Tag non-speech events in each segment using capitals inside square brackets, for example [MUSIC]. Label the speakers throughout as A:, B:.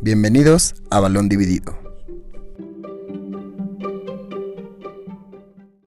A: Bienvenidos a Balón Dividido.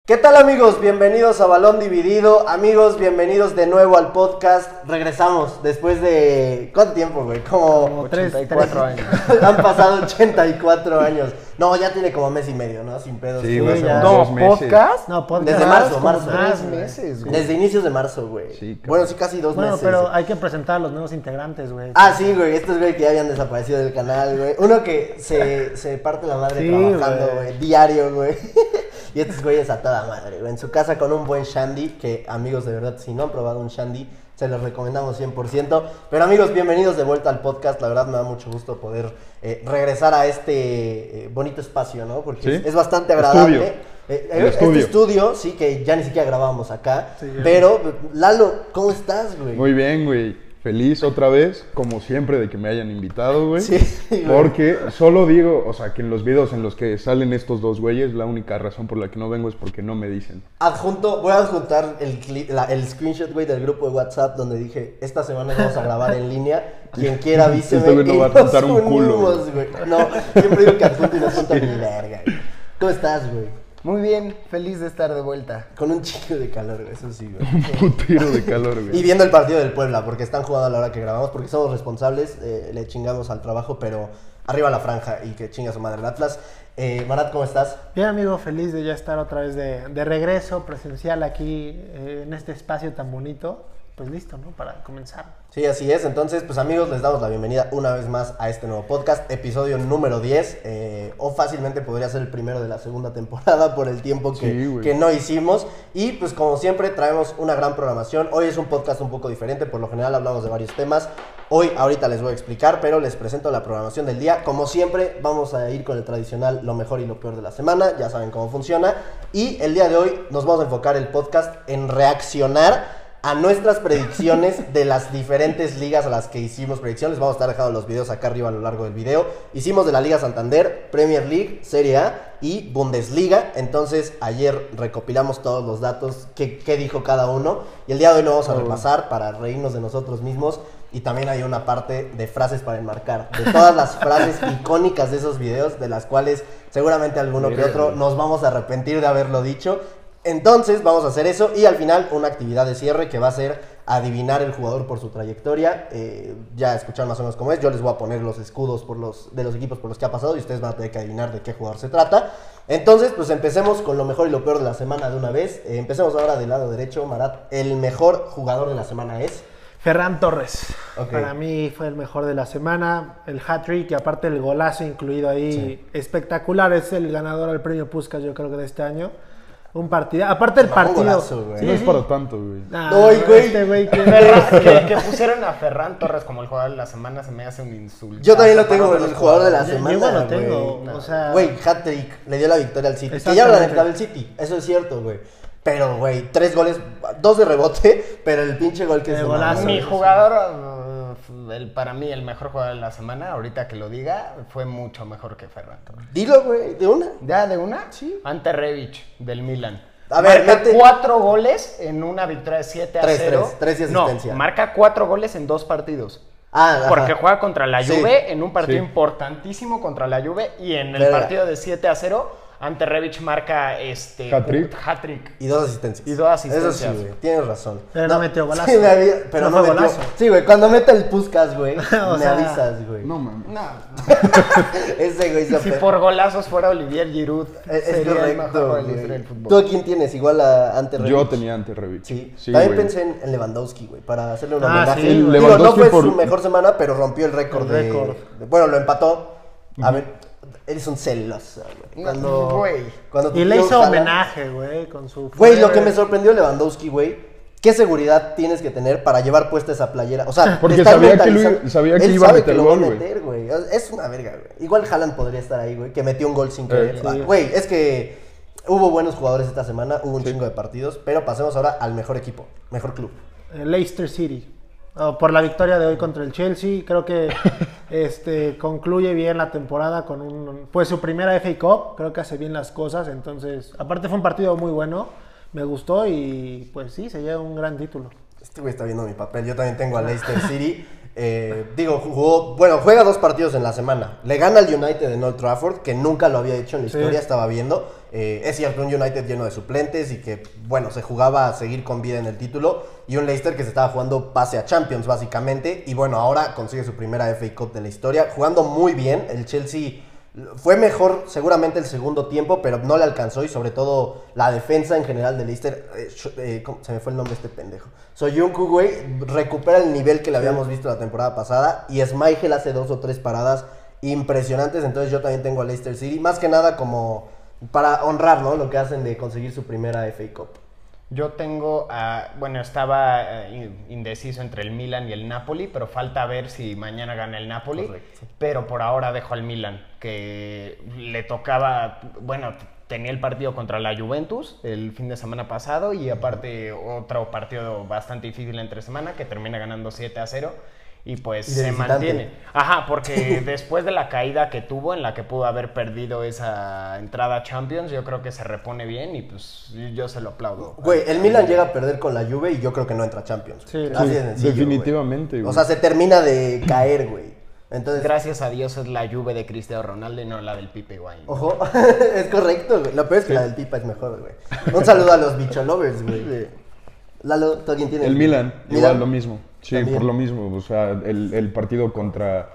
B: ¿Qué tal amigos? Bienvenidos a Balón Dividido. Amigos, bienvenidos de nuevo al podcast. Regresamos después de... ¿Cuánto tiempo, güey? Como...
C: Como tres- [LAUGHS] 84 años.
B: Han pasado 84 años. No, ya tiene como mes y medio, ¿no? Sin pedos.
D: Sí,
B: Tú,
D: güey,
B: ya.
D: como dos
C: No,
D: meses.
C: podcast. No, podcast.
B: Desde marzo,
C: como
B: marzo.
C: Tres
B: güey.
C: meses, güey.
B: Desde inicios de marzo, güey.
D: Sí, cabrón.
B: bueno, sí, casi dos
C: Bueno,
B: meses.
C: pero hay que presentar a los nuevos integrantes, güey.
B: Ah, sí, güey, estos güey que ya habían desaparecido del canal, güey. Uno que se, se parte la madre
C: Sí,
B: trabajando,
C: güey.
B: güey, diario, güey. [LAUGHS] y estos güeyes a toda madre, güey. En su casa con un buen shandy, que amigos, de verdad, si no han probado un shandy, se los recomendamos 100%. Pero amigos, bienvenidos de vuelta al podcast. La verdad me da mucho gusto poder eh, regresar a este eh, bonito espacio, ¿no? Porque
D: Sí.
B: es, es bastante
D: Estudio.
B: agradable. Eh,
D: El
B: eh, Este
D: estudio.
B: estudio, sí, que ya ni siquiera grabábamos acá.
C: Sí.
B: pero, Lalo, ¿cómo estás, güey?
D: Muy bien, güey. Feliz otra vez, como siempre, de que me hayan invitado, güey.
B: Sí, güey.
D: Porque solo digo, o sea, que en los videos en los que salen estos dos güeyes, la única razón por la que no vengo es porque no me dicen.
B: Adjunto, voy a adjuntar el, cli- la- el screenshot, güey, del grupo de WhatsApp donde dije, esta semana vamos a grabar en línea, quien quiera avíseme
D: [LAUGHS] Este güey no
B: y
D: va a
B: nos
D: adjuntar un culo,
B: unimos, güey. No, siempre digo que adjunto y no adjunto ni verga, güey. ¿Cómo estás, güey?
E: Muy bien, feliz de estar de vuelta.
B: Con un chico de calor, güey, eso sí, güey.
D: [LAUGHS] Putero de calor, güey.
B: Y viendo el partido del Puebla, porque están jugando a la hora que grabamos, porque somos responsables, eh, le chingamos al trabajo, pero arriba la franja y que chinga su madre el Atlas. Eh, Marat, ¿cómo estás?
C: Bien, amigo, feliz de ya estar otra vez de, de regreso presencial aquí eh, en este espacio tan bonito. Pues listo, ¿no? Para comenzar.
B: Sí, así es. Entonces, pues amigos, les damos la bienvenida una vez más a este nuevo podcast, episodio número 10, eh, o fácilmente podría ser el primero de la segunda temporada por el tiempo que,
D: Sí, güey.
B: que no hicimos. Y pues como siempre traemos una gran programación. Hoy es un podcast un poco diferente, por lo general hablamos de varios temas. Hoy, ahorita les voy a explicar, pero les presento la programación del día. Como siempre, vamos a ir con el tradicional lo mejor y lo peor de la semana, ya saben cómo funciona. Y el día de hoy nos vamos a enfocar el podcast en reaccionar a nuestras predicciones de las diferentes ligas a las que hicimos predicciones. Vamos a estar dejando los videos acá arriba a lo largo del video. Hicimos de la Liga Santander, Premier League, Serie A y Bundesliga. Entonces ayer recopilamos todos los datos, qué, qué dijo cada uno. Y el día de hoy lo vamos a repasar para reírnos de nosotros mismos. Y también hay una parte de frases para enmarcar, de todas las frases icónicas de esos videos, de las cuales seguramente alguno que otro nos vamos a arrepentir de haberlo dicho. Entonces vamos a hacer eso y al final una actividad de cierre que va a ser adivinar el jugador por su trayectoria. Eh, ya escucharon más o menos cómo es. Yo les voy a poner los escudos por los, de los equipos por los que ha pasado y ustedes van a tener que adivinar de qué jugador se trata. Entonces pues empecemos con lo mejor y lo peor de la semana de una vez. Eh, empecemos ahora del lado derecho, Marat. El mejor jugador de la semana es...
C: Ferran Torres.
B: Ok.
C: Para mí fue el mejor de la semana. El hat-trick y aparte el golazo incluido ahí. Espectacular. Es el ganador al premio Puskas, yo creo que de este año. Un partido. Aparte el
B: Un
C: partido.
B: golazo, güey.
C: Sí,
D: No es
C: sí.
D: para tanto, güey.
C: Ah,
B: Ay, güey.
C: este
B: [LAUGHS]
C: güey que-
E: [LAUGHS] que, que pusieron a Ferran Torres como el jugador de la semana se me hace un insulto.
B: Yo
C: Ah,
B: también lo tengo, el jugador de la
C: Yo- yo
B: semana.
C: igual lo
B: güey.
C: tengo, o sea-
B: Güey, hat-trick, le dio la victoria al City. Que
C: Exactamente.
B: ya lo lamentaba el City, eso es cierto, güey. Pero, güey, tres goles, dos de rebote, [LAUGHS] pero el pinche gol que
C: De
B: se
C: golazo.
B: mamó,
E: Mi
B: güey.
E: jugador, uh, el, para mí el mejor jugador de la semana, ahorita que lo diga, fue mucho mejor que Ferran Torres.
B: Dilo, güey, de una.
E: ¿Ya de una? Sí. Ante Rebic, del Milan.
B: A ver,
E: marca
B: mete-
E: cuatro goles en una victoria de 7 a
B: Tres,
E: 0.
B: tres, tres y asistencia.
E: No, marca cuatro goles en dos partidos.
B: Ah, ajá.
E: Porque juega contra la
B: Sí.
E: Juve en un partido
D: Sí.
E: importantísimo contra la Juve y en el
B: Verga.
E: partido de 7 a 0 ante Rebic marca este
D: Hat-trick.
E: hat-trick.
B: Y dos asistencias.
E: Y dos asistencias,
B: Eso sí, güey,
E: güey.
B: tienes razón.
C: Pero no metió
B: [LAUGHS]
C: golazo.
B: Sí, me avi- pero
C: No
B: no,
C: fue
B: metió.
C: golazo.
B: Sí, güey, cuando meta el Puskas,
C: [LAUGHS]
B: güey, me
C: sea-
B: avisas, güey.
D: No, mames.
B: [LAUGHS] Ese güey se
E: Si
B: pe-
E: por golazos fuera Olivier Giroud,
B: [LAUGHS] Es, es
E: sería el mejor
B: correcto,
E: jugador
B: güey.
E: del fútbol.
B: ¿Tú a quién tienes? Igual a ante
D: Yo
B: Rebic.
D: tenía ante Revich.
B: Sí. También
D: güey.
B: pensé en en Lewandowski, güey, para hacerle un
C: Ah,
B: homenaje.
C: sí, güey.
B: Digo, no
D: Lewandowski
B: fue
D: por-
B: su mejor semana, pero rompió el récord
C: El
B: de,
C: récord.
B: de- Bueno, lo empató. A ver, eres un celoso, güey.
E: No,
B: Cuando,
E: güey.
B: cuando tu
C: Y le
B: tío
C: hizo
B: jala-
C: homenaje, güey, con su...
B: Güey, lo que me sorprendió de Lewandowski, güey. ¿Qué seguridad tienes que tener para llevar puesta esa playera? O sea,
D: [LAUGHS] Porque
B: te estás
D: sabía que lo iba-
B: mentalizando-
D: sabía que
B: Él
D: iba a
B: sabe
D: meter
B: que lo
D: gol,
B: va a
D: güey.
B: meter, güey. Es una verga, güey. Igual Haaland podría estar ahí, güey, que metió un gol sin querer.
D: Eh,
B: Va, Güey, es que hubo buenos jugadores esta semana, hubo un chingo de partidos, pero pasemos ahora al mejor equipo, mejor club.
C: El Leicester City. Oh, por la victoria de hoy contra el Chelsea,
B: [LAUGHS]
C: creo que este concluye bien la temporada con un pues su primera FA Cup, creo que hace bien las cosas, entonces, aparte fue un partido muy bueno, me gustó y pues sí, se lleva un gran título.
B: Este güey está viendo mi papel, yo también tengo a Leicester City. eh, digo, jugó, bueno, juega dos partidos en la semana. Le gana al United en Old Trafford, que nunca lo había hecho en la
C: Sí.
B: historia, estaba viendo. Eh, es cierto, un United lleno de suplentes y que, bueno, se jugaba a seguir con vida en el título. Y un Leicester que se estaba jugando pase a Champions, básicamente. Y bueno, ahora consigue su primera FA Cup de la historia, jugando muy bien. El Chelsea fue mejor seguramente el segundo tiempo, pero no le alcanzó y sobre todo la defensa en general de Leicester. eh, sh- eh, ¿cómo? se me fue el nombre de este pendejo. Soyuncu, güey, recupera el nivel que le habíamos visto la temporada pasada y Schmeichel hace dos o tres paradas impresionantes. Entonces yo también tengo a Leicester City, más que nada como para honrar, ¿no? Lo que hacen de conseguir su primera FA Cup.
E: Yo tengo, a- bueno, estaba eh, in- indeciso entre el Milan y el Napoli, pero falta ver si mañana gana el Napoli.
B: Correcto.
E: Pero por ahora dejo al Milan, que le tocaba, bueno, t- tenía el partido contra la Juventus el fin de semana pasado y aparte otro partido bastante difícil entre semana que termina ganando 7 a 0 y pues
B: Y de
E: se
B: visitante.
E: mantiene. Ajá,
B: [LAUGHS]
E: porque después de la caída que tuvo, en la que pudo haber perdido esa entrada a Champions, yo creo que se repone bien y pues yo se lo aplaudo.
B: Güey, el Milan llega a perder con la Juve y yo creo que no entra a Champions.
C: Sí,
B: Así
D: sí,
B: de sencillo, güey.
D: definitivamente,
B: O
D: güey.
B: sea, se termina de caer, güey. Entonces,
E: Gracias a Dios es la Juve de Cristiano Ronaldo y no la del Pipe Wine.
B: Ojo, [LAUGHS] es correcto, güey. Lo peor es que la del Pipa es mejor, güey. Un saludo a los bicholovers, güey. Lalo, ¿tú alguien tiene?
D: El Milan, igual lo mismo. Sí, por lo mismo. O sea, el, el partido contra,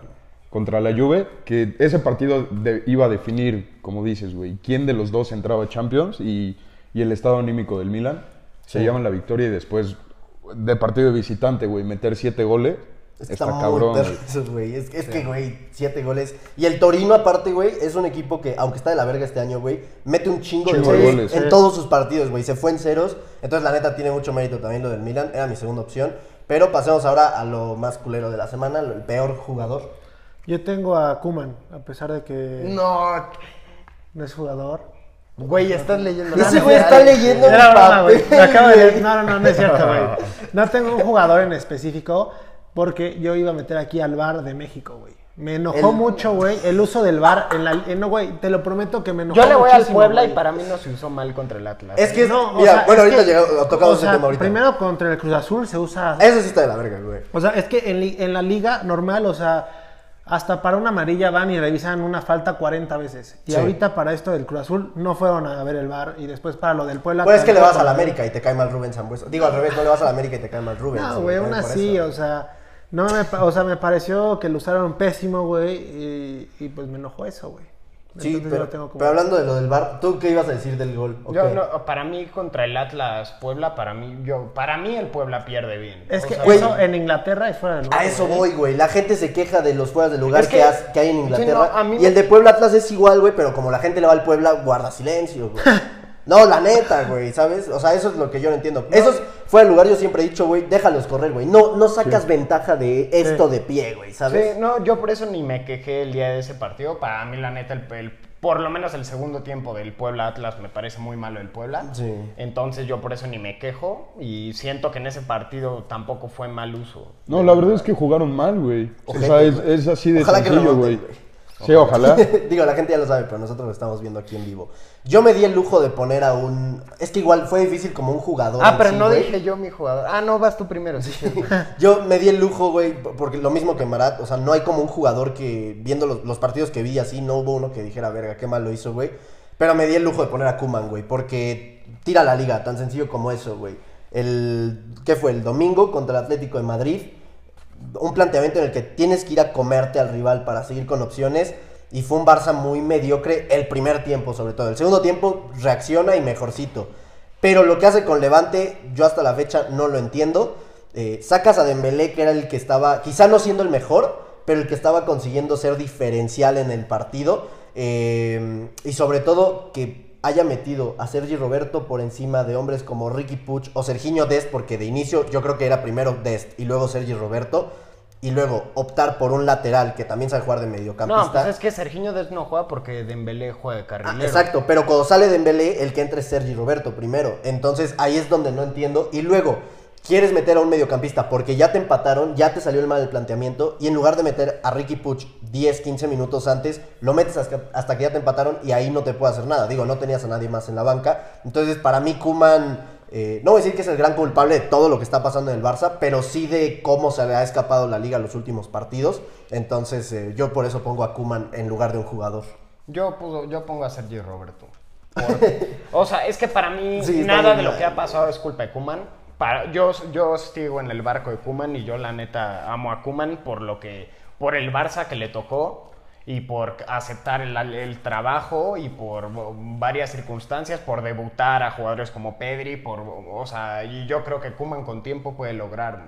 D: contra la Juve, que ese partido de- iba a definir, como dices, güey, quién de los dos entraba a Champions y, y el estado anímico del Milan. Se llaman la victoria y después, de partido de visitante, güey, meter siete goles.
B: Es que
D: está
B: está, muy
D: cabrón.
B: perro
D: güey.
B: eso, güey. Es, es que, güey, siete goles. Y el Torino, aparte, güey, es un equipo que, aunque está de la verga este año, güey, mete un chingo,
D: Chingo
B: de
D: de
B: goles,
D: goles.
B: en
C: Sí.
B: todos sus partidos, güey. Se fue en ceros. Entonces, la neta, tiene mucho mérito también lo del Milan. Era mi segunda opción. Pero pasemos ahora a lo más culero de la semana, lo- el peor jugador.
C: Yo tengo a Kuman, a pesar de que no,
E: No,
C: es jugador.
E: güey, estás leyendo.
B: Ese güey está leyendo el
C: Era broma, güey.
B: papel.
C: Me acabo de leer. No, no, no, no es cierto,
B: [LAUGHS]
C: güey. No tengo un jugador en específico porque yo iba a meter aquí al bar de México, güey. Me enojó
B: El-
C: mucho, güey, el uso del bar en la. eh, no, güey, te lo prometo que me enojó.
E: Yo le voy al
C: muchísimo,
E: Puebla y
C: güey.
E: para mí no se usó mal contra el Atlas. ¿eh?
B: Es que, es-
C: No, o
B: mira,
C: sea,
B: bueno,
C: es
B: ahorita
C: que-
B: llegamos, tocamos
C: o sea,
B: ese tema ahorita. Eh.
C: Primero contra el Cruz Azul se usa.
B: Eso sí está de la verga, güey.
C: O sea, es que en, li- en la liga normal, o sea, hasta para una amarilla van y revisan una falta 40 veces. Y
B: Sí.
C: ahorita para esto del Cruz Azul no fueron a ver el bar y después para lo del Puebla.
B: Pues es que le vas a la
C: tampoco.
B: América y te cae mal Rubén Sambuesa. Digo, al revés, no le vas a la América y te cae mal Rubén.
C: No, güey, aún así, o sea, no me, pa- o sea, me pareció que lo usaron pésimo, güey, y, y pues me enojó eso, güey.
B: Sí,
C: Entonces yo
B: pero,
C: lo tengo como-
B: pero hablando de lo del bar, ¿tú qué ibas a decir del gol? ¿O
E: Yo
B: qué?
E: no, para mí contra el Atlas Puebla, para mí yo, para mí el Puebla pierde bien.
C: Es
E: O
C: que
E: sea,
B: güey,
C: eso en Inglaterra es fuera de lugar.
B: A eso
C: güey.
B: voy, güey. La gente se queja de los fueras de lugar
E: Es
B: que,
E: que-
B: has- que hay en
E: sí,
B: Inglaterra.
E: no, a mí
B: y
E: me-
B: el de Puebla Atlas es igual, güey, pero como la gente le va al Puebla, guarda silencio, güey. No, la neta, güey, ¿sabes? O sea, eso es lo que yo no entiendo. Esos fuera de lugar, yo siempre he dicho, güey, déjalos correr, güey. No, no sacas ventaja de esto de pie, güey, ¿sabes?
E: Sí, no, yo por eso ni me quejé el día de ese partido. Para mí, la neta, el, el- por lo menos el segundo tiempo del Puebla Atlas me parece muy malo el Puebla.
B: Sí.
E: Entonces yo por eso ni me quejo y siento que en ese partido tampoco fue mal uso.
D: No, la verdad es que jugaron mal, güey. O
B: Ojete,
D: sea, es,
B: güey.
D: es así de
B: Ojalá que
D: sencillo,
B: reboten,
D: güey.
B: güey.
D: Sí, ojalá.
B: [LAUGHS] Digo, la gente ya lo sabe, pero nosotros lo estamos viendo aquí en vivo. Yo me di el lujo de poner a un. Es que igual fue difícil como un jugador.
E: Ah,
B: en
E: pero
B: sí,
E: no
B: güey.
E: dije yo mi jugador. Ah, no, vas tú primero. Sí.
C: [LAUGHS]
B: Yo me di el lujo, güey, porque lo mismo que Marat, o sea, no hay como un jugador que, viendo los, los partidos que vi así, no hubo uno que dijera, verga, qué mal lo hizo, güey. Pero me di el lujo de poner a Kuman, güey, porque tira la liga, tan sencillo como eso, güey. El, ¿Qué fue? El domingo contra el Atlético de Madrid. Un planteamiento en el que tienes que ir a comerte al rival para seguir con opciones. Y fue un Barça muy mediocre el primer tiempo, sobre todo. El segundo tiempo reacciona y mejorcito. Pero lo que hace con Levante, yo hasta la fecha no lo entiendo. Eh, sacas a Dembélé, que era el que estaba, quizá no siendo el mejor, pero el que estaba consiguiendo ser diferencial en el partido. Eh, y sobre todo que haya metido a Sergi Roberto por encima de hombres como Ricky Puch o Serginho Dest, porque de inicio yo creo que era primero Dest y luego Sergi Roberto. Y luego optar por un lateral que también sabe jugar de mediocampista.
E: No, pues es que Serginho Des no juega porque Dembélé juega de
B: Ah,
E: carrilero.
B: exacto, pero cuando sale Dembélé, el que entra es Sergi Roberto primero. Entonces ahí es donde no entiendo. Y luego, quieres meter a un mediocampista porque ya te empataron, ya te salió el mal el planteamiento. Y en lugar de meter a Ricky Puch 10, 15 minutos antes, lo metes hasta, hasta que ya te empataron y ahí no te puede hacer nada. Digo, no tenías a nadie más en la banca. Entonces, para mí, Kuman Eh, no voy a decir que es el gran culpable de todo lo que está pasando en el Barça, pero sí de cómo se le ha escapado la liga en los últimos partidos. Entonces, eh, yo por eso pongo a Kuman en lugar de un jugador.
E: Yo, pudo- yo pongo a Sergio Roberto.
B: [LAUGHS]
E: Por- o sea, es que para mí
B: Sí, está
E: nada
B: bien
E: de lo
B: mal.
E: que ha pasado es culpa de Kuman. Para, yo, yo sigo en el barco de Kuman y yo la neta amo a Kuman por lo que. por el Barça que le tocó y por aceptar el, el trabajo y por varias circunstancias, por debutar a jugadores como Pedri, por o sea, y yo creo que Kuman con tiempo puede lograr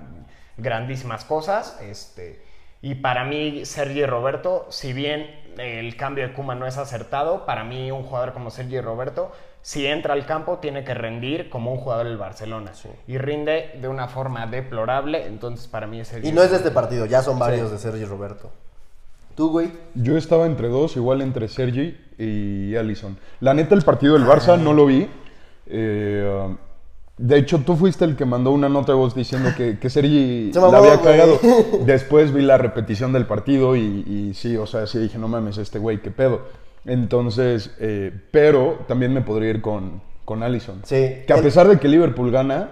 E: grandísimas cosas. Este, y para mí, Sergi Roberto, si bien el cambio de Kuma no es acertado, para mí un jugador como Sergi Roberto, si entra al campo, tiene que rendir como un jugador del Barcelona. Y rinde de una forma deplorable, entonces para mí es Sergi
B: Y no es de
E: Roberto.
B: este partido, ya son varios de Sergio Roberto. ¿Tú, güey?
D: Yo estaba entre dos, igual entre Sergi y Allison. La neta, el partido del Barça no lo vi. Eh, um, de hecho, tú fuiste el que mandó una nota de voz diciendo que, que Sergi
B: [LAUGHS] Se
D: la
B: mamó,
D: había
B: güey.
D: cagado. Después vi la repetición del partido y, y sí, o sea, sí dije, no mames, este güey, qué pedo. Entonces, eh, pero también me podría ir con, con Allison.
B: Sí.
D: Que
B: El-
D: a
B: Este
D: pesar de que Liverpool gana,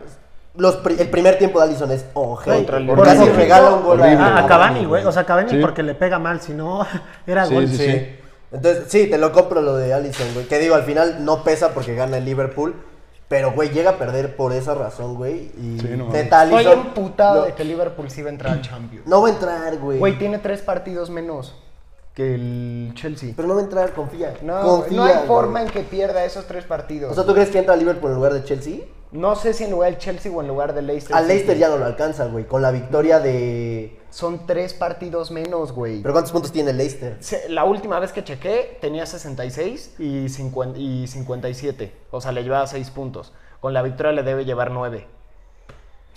B: Los pri- el primer tiempo de Allison es ojete.
E: Contra el
B: Por Casi
C: Liverpool.
B: regala un gol a-
D: Horrible.
C: Ah, a Cavani, güey. O sea, Cavani
D: Sí.
C: porque le pega mal, si no, [LAUGHS] era
D: Sí,
C: gol.
D: sí,
B: Sí.
D: sí.
B: Entonces, sí, te lo compro lo de Allison, güey. Que digo, al final no pesa porque gana el Liverpool. Pero, güey, llega a perder por esa razón, güey. Y
D: Sí, no mames.
B: neta,
E: Estoy
B: Alisson
E: emputado
B: no-
E: de que Liverpool sí va a entrar al Champions.
B: No va a entrar, güey.
E: Güey, tiene tres partidos menos que el Chelsea.
B: Pero no va a entrar, confía.
E: No,
B: confía,
E: no hay
B: güey.
E: forma en que pierda esos tres partidos.
B: O sea, ¿tú crees que entra Liverpool en lugar de Chelsea?
E: no sé si en lugar del Chelsea o en lugar del Leicester.
B: Al
E: City.
B: Leicester ya no lo alcanza, güey. Con la victoria de.
E: Son tres partidos menos, güey.
B: ¿Pero cuántos puntos tiene el Leicester?
E: Se- La última vez que chequé tenía 66 y, 50 y 57. O sea, le llevaba 6 puntos. Con la victoria le debe llevar 9.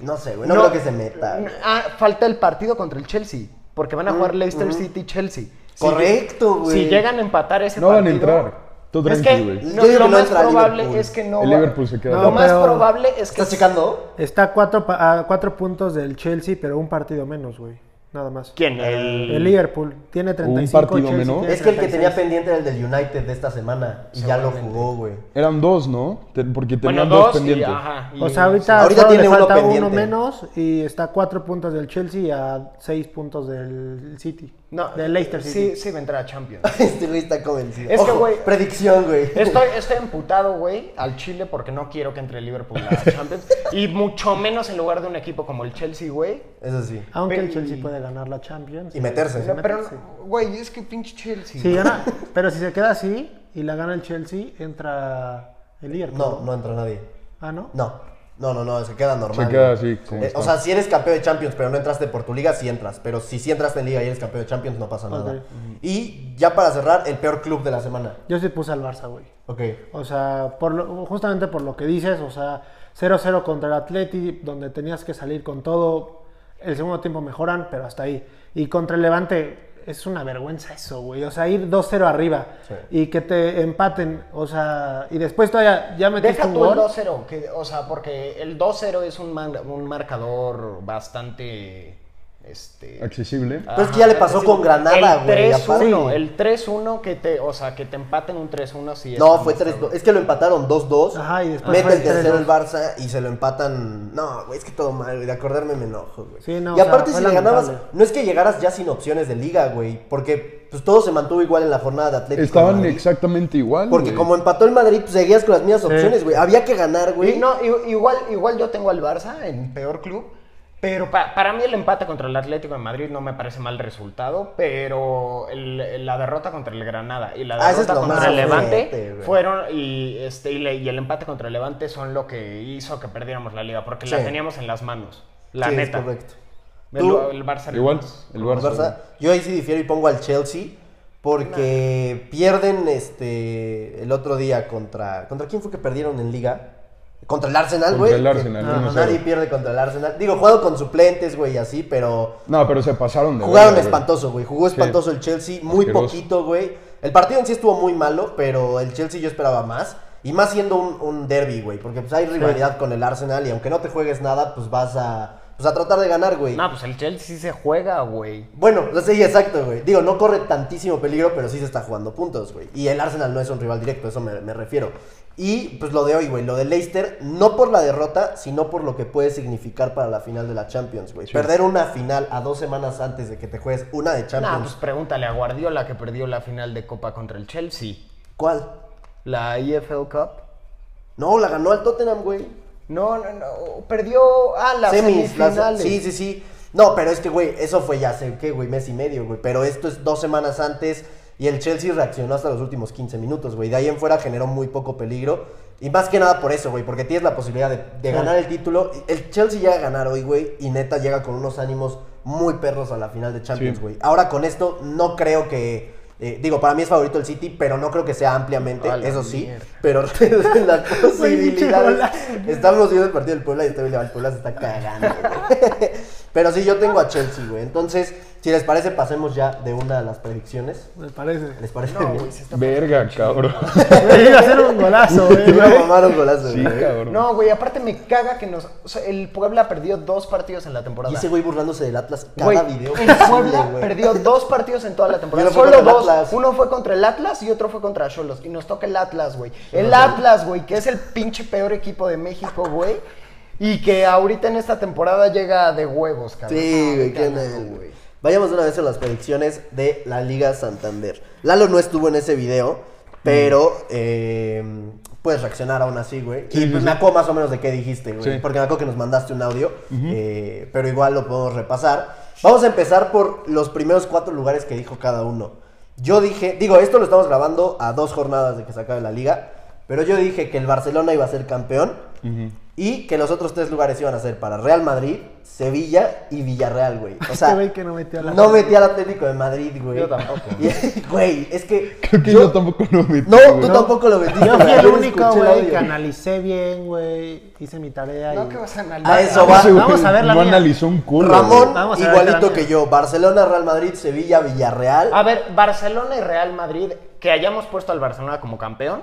B: No sé, güey. No, creo que se meta. güey.
E: Ah, falta el partido contra el Chelsea. Porque van a jugar Leicester City y Chelsea. Si
B: Mm, Correcto,
E: lle-
B: güey.
E: Si llegan a empatar ese
D: no van a
E: partido.
D: entrar. Tú
E: Es
D: tranqui,
E: que
D: güey.
B: Yo
E: no,
B: digo
E: lo
B: que no
E: más
B: entra
E: probable
B: Liverpool.
E: es que no.
D: El
E: va-
D: Liverpool se queda
E: Lo
D: fuera.
E: más
C: Pero-
E: probable es que
B: ¿Estás checando?
C: Está a cuatro, pa- a cuatro puntos del Chelsea, pero un partido menos, güey. Nada más.
E: ¿Quién?
C: El Liverpool tiene 35.
D: partido
C: Chelsea
D: menos.
C: tiene
B: Es que el que
C: 36.
B: tenía pendiente era el del United de esta semana. Y ya lo jugó, güey. [LAUGHS]
D: Eran dos, ¿no? Te- Porque
E: Bueno,
D: tenían
E: dos,
D: dos pendientes.
E: Y, ajá, y-
C: O sea, ahorita,
B: Ahorita
C: solo
B: tiene
C: le
B: uno
C: falta uno,
B: pendiente.
C: menos y está a cuatro puntos del Chelsea y a seis puntos del City.
E: No,
C: del Leicester City.
E: Sí, sí, vendrá a Champions.
B: Este güey está convencido.
E: Es que,
B: Ojo,
E: güey,
B: Predicción, güey.
E: Estoy, estoy emputado, güey, al Chile porque no quiero que entre el Liverpool a la Champions. y mucho menos en lugar de un equipo como el Chelsea, güey.
B: [LAUGHS] Eso sí.
C: Aunque
E: Pe-
C: el Chelsea puede ganar la Champions.
B: Y meterse.
E: No, pero,
C: sí.
E: güey, es que pinche Chelsea.
C: Sí, gana- pero si se queda así y la gana el Chelsea, entra el Liverpool.
B: No, no entra nadie.
C: Ah, ¿no?
B: No. No, no, no, se queda normal.
D: Se queda
B: güey.
D: así, como
B: Eh,
D: está.
B: o sea, si eres campeón de Champions, pero no entraste por tu liga, sí entras. Pero si sí entraste en liga y eres campeón de Champions, no pasa nada.
C: Ok.
B: Y ya para cerrar, el peor club de la semana.
C: Yo sí puse al Barça, güey.
B: Ok.
C: O sea, por lo- justamente por lo que dices, o sea, 0-0 contra el Atleti, donde tenías que salir con todo. El segundo tiempo mejoran, pero hasta ahí. Y contra el Levante es una vergüenza eso, güey. O sea, ir 2-0 arriba
B: Sí.
C: y que te empaten, o sea, y después todavía ya metiste
E: Deja
C: un
E: tú el
C: gol.
E: 2-0, que, o sea, porque el 2-0 es un, man- un marcador bastante. Este,
D: Accesible.
B: Pero es que ya le pasó con Granada,
E: el
B: güey,
E: 3-1,
B: aparte.
E: el 3-1 que te, o sea, que te empaten un 3-1 sí es
B: No,
E: como
B: fue
E: está,
B: 3-2. Es que lo empataron 2-2.
C: Ajá, y después
B: Mete
C: fue
B: el tercero
C: 3-2.
B: el Barça y se lo empatan. No, güey, es que todo mal, güey. De acordarme me enojo, güey.
C: Sí, no,
B: y
C: o sea,
B: aparte,
C: fue
B: si le ganabas,
C: lamentable.
B: no es que llegaras ya sin opciones de liga, güey. Porque pues todo se mantuvo igual en la jornada de Atlético. de
D: Estaban
B: Madrid.
D: exactamente igual.
B: Porque
D: güey.
B: como empató el Madrid, pues seguías con las mismas opciones, güey. Había que ganar,
E: Y
B: güey.
E: no, i- igual, igual yo tengo al Barça en peor club, pero pa- para mí el empate contra el Atlético de Madrid no me parece mal resultado, pero el- la derrota contra el Granada y la
B: Ah, eso es
E: derrota
B: lo
E: contra
B: más
E: el Levante
B: ojete, güey.
E: fueron y este y, le- y el empate contra el Levante son lo que hizo que perdiéramos la liga, porque
B: Sí.
E: la teníamos en las manos, la
B: Sí, es
E: neta.
B: correcto.
E: El,
B: Tú-
E: el Barça le-
D: Igual, el Barça.
B: Barça, yo ahí sí difiero y pongo al Chelsea porque pierden este el otro día contra contra quién fue que perdieron en liga contra el Arsenal,
D: Contra
B: güey.
D: el
B: que-
D: Arsenal,
B: no,
D: 1-0.
B: nadie pierde contra el Arsenal. Digo, jugado con suplentes, güey, y así, pero
D: No, pero se pasaron de
B: jugaron
D: verga, güey.
B: espantoso, güey. Jugó espantoso el Chelsea, muy
D: Asqueroso.
B: poquito, güey. El partido en sí estuvo muy malo, pero el Chelsea yo esperaba más. Y más siendo un, un derby, güey, porque pues hay rivalidad con el Arsenal y aunque no te juegues nada, pues vas a, pues, a tratar de ganar, güey.
E: No, pues el Chelsea sí se juega, güey.
B: Bueno, no sé, sí, exacto, güey. Digo, no corre tantísimo peligro, pero sí se está jugando puntos, güey. Y el Arsenal no es un rival directo, eso me, me refiero. Y pues lo de hoy, güey, lo de Leicester, no por la derrota, sino por lo que puede significar para la final de la Champions, güey. Perder una final a dos semanas antes de que te juegues una de
E: Nah,
B: Champions.
E: pues pregúntale a Guardiola que perdió la final de Copa contra el Chelsea.
B: ¿Cuál?
E: La EFL Cup.
B: No, la ganó al Tottenham, güey.
E: No, no, no. Perdió. Ah, las
B: Semis, las-
E: semifinales.
B: sí,
E: [LAUGHS]
B: sí, sí. No, pero es que, güey, eso fue ya hace, ¿qué, güey? Mes y medio, güey. Pero esto es dos semanas antes y el Chelsea reaccionó hasta los últimos 15 minutos, güey. De ahí en fuera generó muy poco peligro. Y más que nada por eso, güey, porque tienes la posibilidad de, de ganar el título. El Chelsea llega a ganar hoy, güey, y neta llega con unos ánimos muy perros a la final de Champions,
D: Sí.
B: güey. Ahora con esto, no creo que. eh, digo, para mí es favorito el City, pero no creo que sea ampliamente,
E: A la
B: eso sí.
E: mierda.
B: Pero [LAUGHS] las posibilidades.
C: golazo.
B: Estamos viendo el partido del Puebla y este güey le va al Puebla se está cagando. güey. [LAUGHS] Pero sí, yo tengo a Chelsea, güey. Entonces, si les parece, pasemos ya de una de las predicciones.
C: Me parece.
B: [LAUGHS] ¿Les parece?
E: No,
B: bien?
E: güey, se está-
D: Verga, cabrón.
C: Me iba a hacer un
B: [LAUGHS]
C: golazo, güey.
B: Iba a mamar un golazo,
D: [LAUGHS] Sí,
B: güey.
D: cabrón.
E: eh, No, güey, aparte me caga que nos. o sea, el Puebla perdió dos partidos en la temporada.
B: Y ese güey burlándose del Atlas cada
E: Güey,
B: video.
E: el
B: posible,
E: Puebla
B: güey.
E: perdió dos partidos en toda la
B: [LAUGHS]
E: temporada.
B: Y uno fue
E: Solo
B: contra el
E: dos.
B: Atlas.
E: Uno fue contra el Atlas y otro fue contra Cholos. Y nos toca el Atlas, güey. El Atlas, güey, que es el pinche peor equipo de México, güey. Y que ahorita en esta temporada llega de huevos, cabrón.
B: Sí, güey,
E: No,
B: qué
E: cabrón,
B: mal, güey. Vayamos de una vez a las predicciones de la Liga Santander. Lalo no estuvo en ese video, pero eh, puedes reaccionar aún así, güey.
D: Mm. Sí,
B: y
D: sí,
B: pues
D: sí.
B: me acuerdo más o menos de qué dijiste, güey.
D: Sí.
B: Porque me acuerdo que nos mandaste un audio, eh, pero igual lo podemos repasar. Vamos a empezar por los primeros cuatro lugares que dijo cada uno. Yo dije, digo, esto lo estamos grabando a dos jornadas de que se acabe la liga, pero yo dije que el Barcelona iba a ser campeón. Y que los otros tres lugares iban a ser para Real Madrid, Sevilla y Villarreal, güey. O sea,
C: Este güey que no metió a la-
B: no metí al Atlético de Madrid, güey.
E: Yo tampoco.
B: [LAUGHS] Y- Güey, es que.
D: Creo que yo, tampoco lo metí.
B: No, tú
D: güey.
B: tampoco lo metiste.
C: Yo fui
B: güey.
C: el
B: Ayer
C: único,
B: escuché el
C: güey,
B: audio.
C: que analicé bien, güey. Hice mi tarea.
E: No,
C: y...
E: que vas a analizar.
B: A eso va.
D: Ese güey
C: Vamos a ver la
D: No
C: mía.
D: analizó un culo.
B: Ramón,
C: Vamos a ver la
B: igualito
C: mía.
B: que yo. Barcelona, Real Madrid, Sevilla, Villarreal.
E: A ver, Barcelona y Real Madrid, que hayamos puesto al Barcelona como campeón,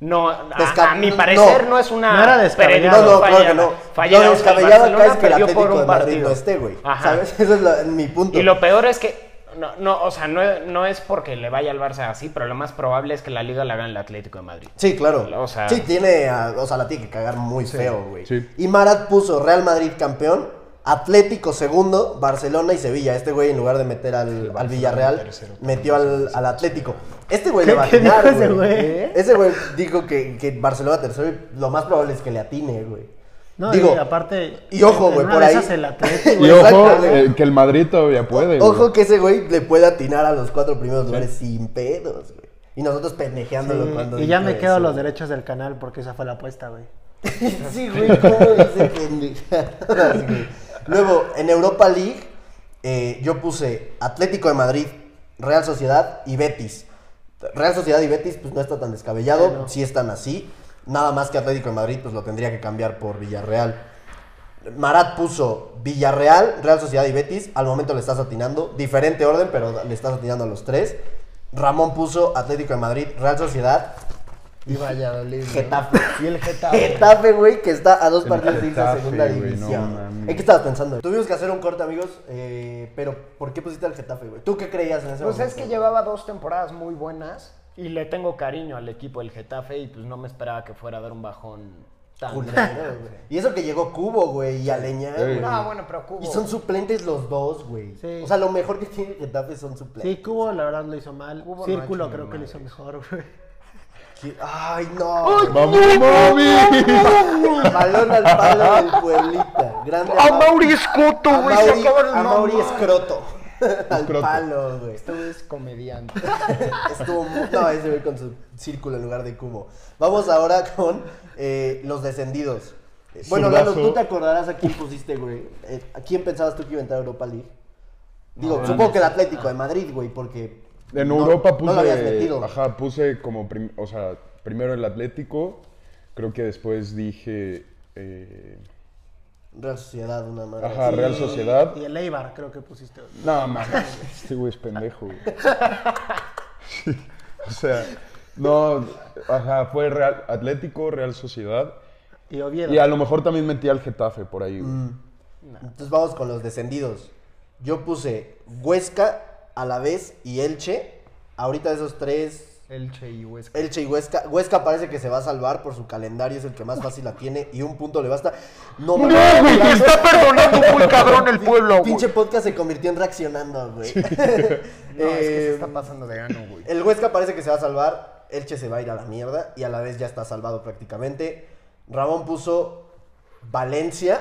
E: no, a,
B: Desca-
E: a mi parecer
B: no.
E: no, es una
C: No era descabellado.
B: No, no,
E: fallada.
B: claro que no.
E: Fallada,
B: no,
E: o sea, el
B: descabellado acá es
E: Barcelona
B: que el
E: perdió por
B: Atlético
E: un
B: de Madrid
E: partido.
B: no esté, güey.
E: Ajá.
B: ¿Sabes? [LAUGHS] Ese es la- mi punto.
E: Y lo peor es que, no, no, o sea, no, no es porque le vaya al Barça así, pero lo más probable es que la liga la gane el Atlético de Madrid.
B: Sí, claro.
E: O sea-
B: sí, tiene. a- o sea, la tiene que cagar muy feo, güey.
D: sí.
B: Y Marat puso Real Madrid campeón, Atlético segundo, Barcelona y Sevilla. Este güey, en lugar de meter al, al Villarreal, metió al, al Atlético. Este güey le va a
C: ¿Qué
B: atinar,
C: dijo ese
B: güey. ¿Eh?
C: güey?
B: Ese güey dijo que, que Barcelona tercero y lo más probable es que le atine, güey.
C: No,
B: Digo,
C: y aparte.
B: y ojo, güey,
C: en una
B: por
C: de
B: ahí-
C: esas el Atleti,
D: Y
C: güey.
D: ojo,
B: Exacto, güey.
D: eh, que el Madrid todavía puede. güey.
B: Ojo que ese güey le puede atinar a los cuatro primeros lugares sin pedos, güey. Y nosotros pendejeándolo cuando.
C: Este, Y ya
B: dijo
C: me quedo
B: eso,
C: los
B: güey.
C: derechos del canal porque esa fue la apuesta, güey.
B: [LAUGHS] Sí, güey, ¿cómo dice [LAUGHS] pendejadas, güey? Luego, en Europa League, eh, yo puse Atlético de Madrid, Real Sociedad y Betis. Real Sociedad y Betis, pues no está tan descabellado,
C: Sí, no.
B: sí están así. Nada más que Atlético de Madrid, pues lo tendría que cambiar por Villarreal. Marat puso Villarreal, Real Sociedad y Betis. Al momento le estás atinando. Diferente orden, pero le estás atinando a los tres. Ramón puso Atlético de Madrid, Real Sociedad
E: Y Valladolid.
B: Getafe. [LAUGHS]
E: Y el Getafe.
B: Getafe, güey, que está a dos
D: El
B: partidos de irse a
D: Getafe,
B: segunda
D: güey, no
B: división.
D: mames.
B: ¿En qué estabas pensando? Tuvimos que hacer un corte, amigos, eh, pero ¿por qué pusiste al Getafe, güey? ¿Tú qué creías en ese
E: Pues es
B: momento?
E: que llevaba dos temporadas muy buenas y le tengo cariño al equipo del Getafe y pues no me esperaba que fuera a dar un bajón tan
B: [LAUGHS] Culero, güey. Y eso que llegó Cubo, güey, y Aleñá,
D: Ey.
B: güey.
E: No, Ah, bueno, pero Cubo.
B: Y son suplentes los dos, güey.
C: Sí.
B: O sea, lo mejor que tiene Getafe son suplentes.
C: Sí, Cubo la verdad lo hizo mal.
E: Cubo no ha
C: Círculo
E: hecho
C: creo
E: ni
C: que lo
E: madre.
C: hizo mejor, güey.
B: Sí. Ay, no.
D: ¡Vamos, Bobby!
B: Balón al palo del Pueblita. Grande.
E: A
D: [LAUGHS]
B: Mau-
E: Mauri Escoto,
B: A
E: güey, se
B: Mauri,
E: acaba el
B: a Mauri
E: nombre.
B: Escroto. al
D: Escroto.
B: palo, güey.
E: Esto es comediante.
B: Estuvo muy... No, ese güey con su círculo en lugar de cubo. Vamos ahora con eh, los descendidos. Eh, Bueno,
D: Zurdazo.
B: Lalo, tú te acordarás a quién pusiste, güey. Eh, ¿A quién pensabas tú que iba a entrar a Europa League? Digo, supongo que el Atlético de Madrid, güey, porque...
D: Ah, En
B: no-
D: Europa puse.
B: No lo habías metido.
D: Ajá, puse como. prim- o sea, primero el Atlético. Creo que después dije. eh,
B: Real Sociedad, una madre.
D: ajá,
B: así.
D: Real Sociedad.
C: Y el Eibar creo que pusiste.
D: No, mames. Este güey es pendejo, güey. o sea, no. Ajá, fue Real Atlético, Real Sociedad.
C: Y Oviedo.
D: Y a lo mejor también metí al Getafe por ahí, güey.
E: Mm.
B: Entonces vamos con los descendidos. Yo puse Huesca, Alavés y Elche. Ahorita esos tres
E: Elche y Huesca.
B: Elche y Huesca. Huesca parece que se va a salvar por su calendario, es el que más fácil la tiene y un punto le basta. No,
E: ¡No,
B: mames,
E: güey! te Está perdonando muy cabrón el pueblo, güey.
B: Pinche podcast se convirtió en reaccionando, güey. [LAUGHS]
E: No, es que
B: Eh,
E: se está pasando de gano, güey.
B: El Huesca parece que se va a salvar, Elche se va a ir a la mierda y a la vez ya está salvado prácticamente. Ramón puso Valencia.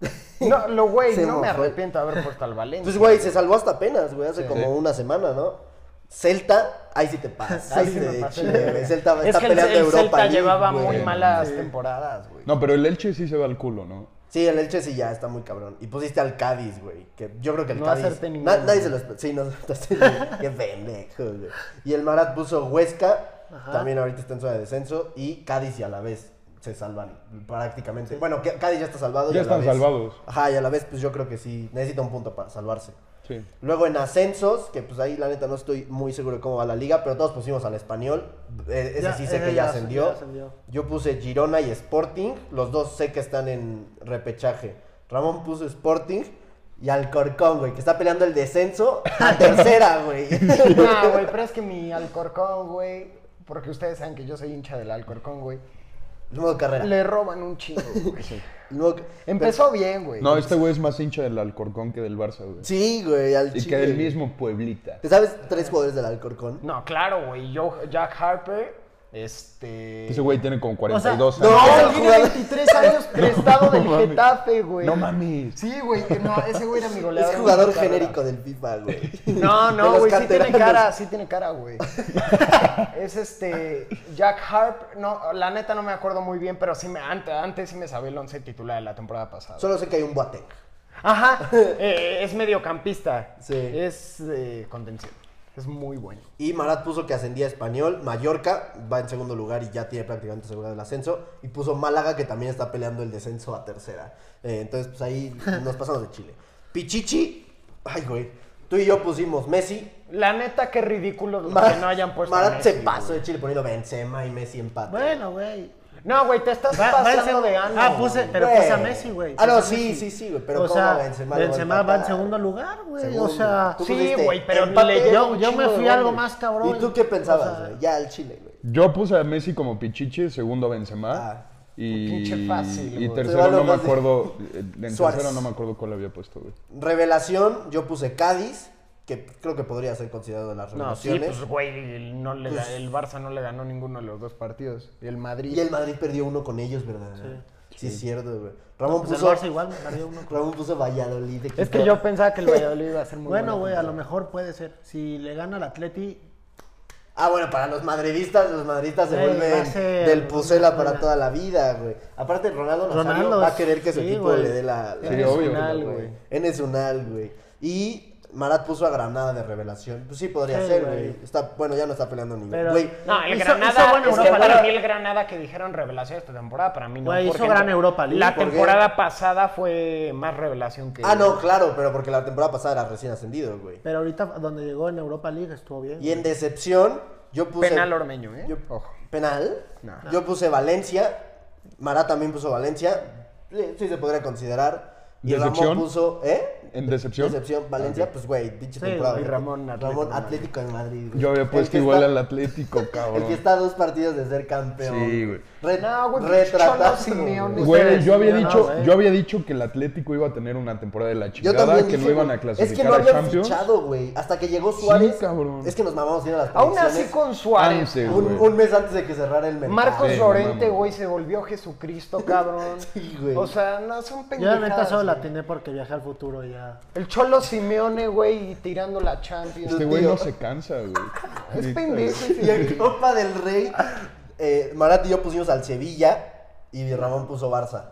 E: [LAUGHS] No, lo güey,
B: Se
E: no me
B: mojó.
E: arrepiento de haber puesto al Valencia.
B: Pues, güey, se salvó hasta apenas, güey, hace
E: Sí.
B: como
D: Sí.
B: una semana, ¿no? Celta, ahí sí te pasa. Ahí
E: Sí,
B: sí
E: me
B: te
E: pasé.
B: chile, güey. Celta
E: es
B: está
E: que el,
B: peleando
E: el
B: Europa.
E: Celta
B: League,
E: llevaba
B: güey.
E: muy malas
D: [LAUGHS]
E: temporadas, güey.
D: No, pero el Elche sí se va al culo, ¿no?
B: Sí, el Elche sí ya está muy cabrón. Y pusiste al Cádiz, güey. Que yo creo que el
E: No
B: Cádiz.
E: acerté ninguno,
B: na- nadie se lo
E: güey.
B: espe- Sí, no [LAUGHS] acertaste. ninguno. Qué pendejo, güey. Y el Marat puso Huesca. También ahorita está en zona de descenso. Y Cádiz y a la vez se salvan prácticamente. Bueno, que- Cádiz ya está salvado. y
D: Ya
B: a la
D: están
B: vez-
D: salvados.
B: Ajá, y a la vez, pues yo creo que sí. Necesita un punto para salvarse.
D: Sí.
B: Luego en ascensos, que pues ahí la neta no estoy muy seguro de cómo va la liga, pero todos pusimos al español. Eh, ese
C: Ya,
B: sí sé
C: ese
B: que
C: ya
B: ya ascendió.
C: ya ascendió.
B: Yo puse Girona y Sporting. Los dos sé que están en repechaje. Ramón puso Sporting y Alcorcón, güey, que está peleando el descenso
E: [LAUGHS]
B: a tercera, güey. [LAUGHS]
E: No, Ah, güey, pero es que mi Alcorcón, güey, porque ustedes saben que yo soy hincha del Alcorcón, güey,
B: Luego carrera.
E: le roban un chingo, güey.
B: Luego-
E: Empezó bien, güey.
D: No, este güey es más hincha del Alcorcón que del Barça, güey.
B: Sí, güey, al
D: y
B: chile,
D: que del
B: güey.
D: mismo Pueblita.
B: ¿Te sabes tres jugadores del Alcorcón?
E: No, claro, güey. Yo, Jack Harper, este.
D: Ese güey tiene como
C: O sea,
D: 42
B: no,
D: años.
E: No, tiene
B: jugador.
E: 23 años prestado del
D: mames.
E: Getafe, güey.
D: No mames.
E: Sí, güey. que No, ese güey era mi goleador.
B: Es
E: en
B: jugador
E: mi carrera.
B: genérico del FIFA, güey. [LAUGHS]
E: No,
B: De
E: no,
B: los
E: güey, sí tiene
B: canteranos.
E: cara, sí tiene cara, güey. [LAUGHS] es este Jack Harp, no, la neta no me acuerdo muy bien, pero sí me antes, antes sí me sabía el once titular de la temporada pasada.
B: Solo sé que hay un Boateng. [LAUGHS]
E: Ajá, eh, es mediocampista.
B: Sí.
E: Es eh, contención. Es muy bueno.
B: Y Marat puso que ascendía a español. Mallorca va en segundo lugar y ya tiene prácticamente asegurado el ascenso. Y puso Málaga que también está peleando el descenso a tercera. Eh, entonces, pues
C: [LAUGHS]
B: ahí nos pasamos de Chile. Pichichi, ay, güey. Tú y yo pusimos Messi.
E: La neta, qué ridículo los
B: Mar-
E: que no hayan puesto. a
B: Marat se
E: Messi,
B: pasó
E: güey.
B: de Chile poniendo Benzema y Messi empate.
C: Bueno, güey.
E: No, güey, te estás
C: Va- va en
E: pasando
C: segundo-
E: de ano.
C: Ah, puse, pero
B: Güey.
C: puse a Messi, güey.
B: Ah, no,
C: Puse a
B: sí, sí,
C: Messi.
B: sí, güey, pero
C: o
B: ¿cómo
C: sea,
B: Benzema
C: Benzema,
B: lo va a
C: va en
B: empatar?
C: segundo lugar, güey.
B: Segundo.
C: O sea,
B: Tú
E: Sí,
B: pusiste
E: güey, pero
B: empate.
E: le llega
C: Yo-
E: un
C: yo me
E: chingo de
C: fui algo
E: goles.
C: más cabrón.
B: ¿Y tú qué pensabas,
C: O sea,
B: güey? Ya al Chile, güey.
D: Yo puse a Messi como Pichichi, segundo a Benzema.
B: Ah.
D: y,
E: Pinche fácil,
D: y
E: güey.
B: Se va
D: tercero
B: lo
D: no me
B: fácil.
D: acuerdo. eh, En
B: Suárez.
D: tercero no me acuerdo cuál había puesto, güey.
B: Revelación, yo puse Cádiz, que creo que podría ser considerado de las
E: No, sí,
B: revelaciones.
E: pues, güey, el- no le
C: Pues,
E: ga- el Barça no le ganó ninguno de los dos partidos. Y el Madrid.
B: Y el Madrid perdió uno con ellos, ¿verdad? Sí, es cierto, güey. Ramón
C: pues el
B: puso.
C: Barça igual perdió uno.
B: Ramón puso Valladolid. de
E: Es que
B: quinto.
E: yo pensaba que el Valladolid iba a ser muy
C: Bueno, güey, a lo
E: mejor.
C: mejor puede ser. Si le gana al Atleti,
B: Ah, bueno, para los madridistas, los madridistas se
C: Güey, va
B: vuelven
C: a ser-
B: del Pucela para
C: Ronaldo.
B: toda la vida, güey. Aparte, Ronaldo, Nazario
C: Ronaldo
B: va a
C: es-
B: querer que su
C: sí,
B: equipo
C: güey.
B: le dé la. la
D: Sí,
E: es
D: obvio.
E: un al,
B: güey.
E: güey.
B: En es un al, güey. Y Marat puso a Granada de revelación. Pues sí, podría
C: Sí,
B: ser,
C: güey.
B: güey. Está, bueno, ya no está peleando ni.
C: Pero-
B: Güey,
E: No, el
C: Hizo-
E: Granada,
C: hizo buena
E: es que
C: Europa
E: para
C: League.
E: mí el Granada que dijeron revelación esta temporada, para mí no.
C: Güey, hizo
E: porque
C: gran Europa League,
E: La
B: ¿por qué?
E: temporada pasada fue más revelación que...
B: Ah, no, claro, pero porque la temporada pasada era recién ascendido, güey.
C: pero ahorita donde llegó en Europa League estuvo bien.
B: Y en decepción, yo puse.
E: Penal ormeño, ¿eh?
B: Yo-
E: Ojo.
B: ¿Penal?
E: No.
B: Yo puse Valencia. Mará también puso Valencia. eh, Sí, sí se podría considerar. Y
D: ¿Decepción?
B: Ramón puso. ¿Eh?
D: ¿En decepción?
B: Decepción, Valencia, pues güey, dicha
C: Sí,
B: temporada.
E: y
B: güey.
E: Ramón, Atlético
B: Ramón,
E: de Madrid.
B: Atlético de Madrid. güey.
D: Yo
B: El
D: había
B: que
D: puesto igual
B: está-
D: al Atlético,
B: [LAUGHS] El
D: cabrón.
B: que está a dos partidos de ser campeón.
D: Sí, güey.
B: Re-
E: No, güey, Cholo
B: Retratadísimo,
E: Simeone.
B: güey.
D: Güey, yo había
C: No,
D: dicho,
C: güey.
D: yo había dicho que el Atlético iba a tener una temporada de la
B: Yo
D: chingada,
B: también
D: que no
B: dije,
D: iban
B: güey,
D: a clasificar
B: Es que no
D: a
B: habían
D: Champions.
B: fichado, güey. Hasta que llegó Suárez.
D: cabrón.
B: Es que nos mamamos viendo las
E: Aún así
B: predicciones.
E: con Suárez.
D: Antes,
B: un,
D: güey.
B: un mes antes de que cerrara el mercado.
E: Marcos
D: Sí,
E: Llorente,
D: no mames.
E: güey, se volvió Jesucristo,
C: [LAUGHS]
E: cabrón.
B: Sí, güey.
E: O sea, no, son
C: Yo la
E: pendejadas.
C: neta solo la
E: güey.
C: tiene porque viajé al futuro y ya.
E: El Cholo Simeone, güey, y tirando la Champions.
D: Este güey
B: tío. [LAUGHS]
D: no se cansa, güey. Este
E: Es
D: Neta,
E: pendejo ese
B: Y en Copa del Rey, eh, Marat y yo pusimos al Sevilla y Ramón puso Barça.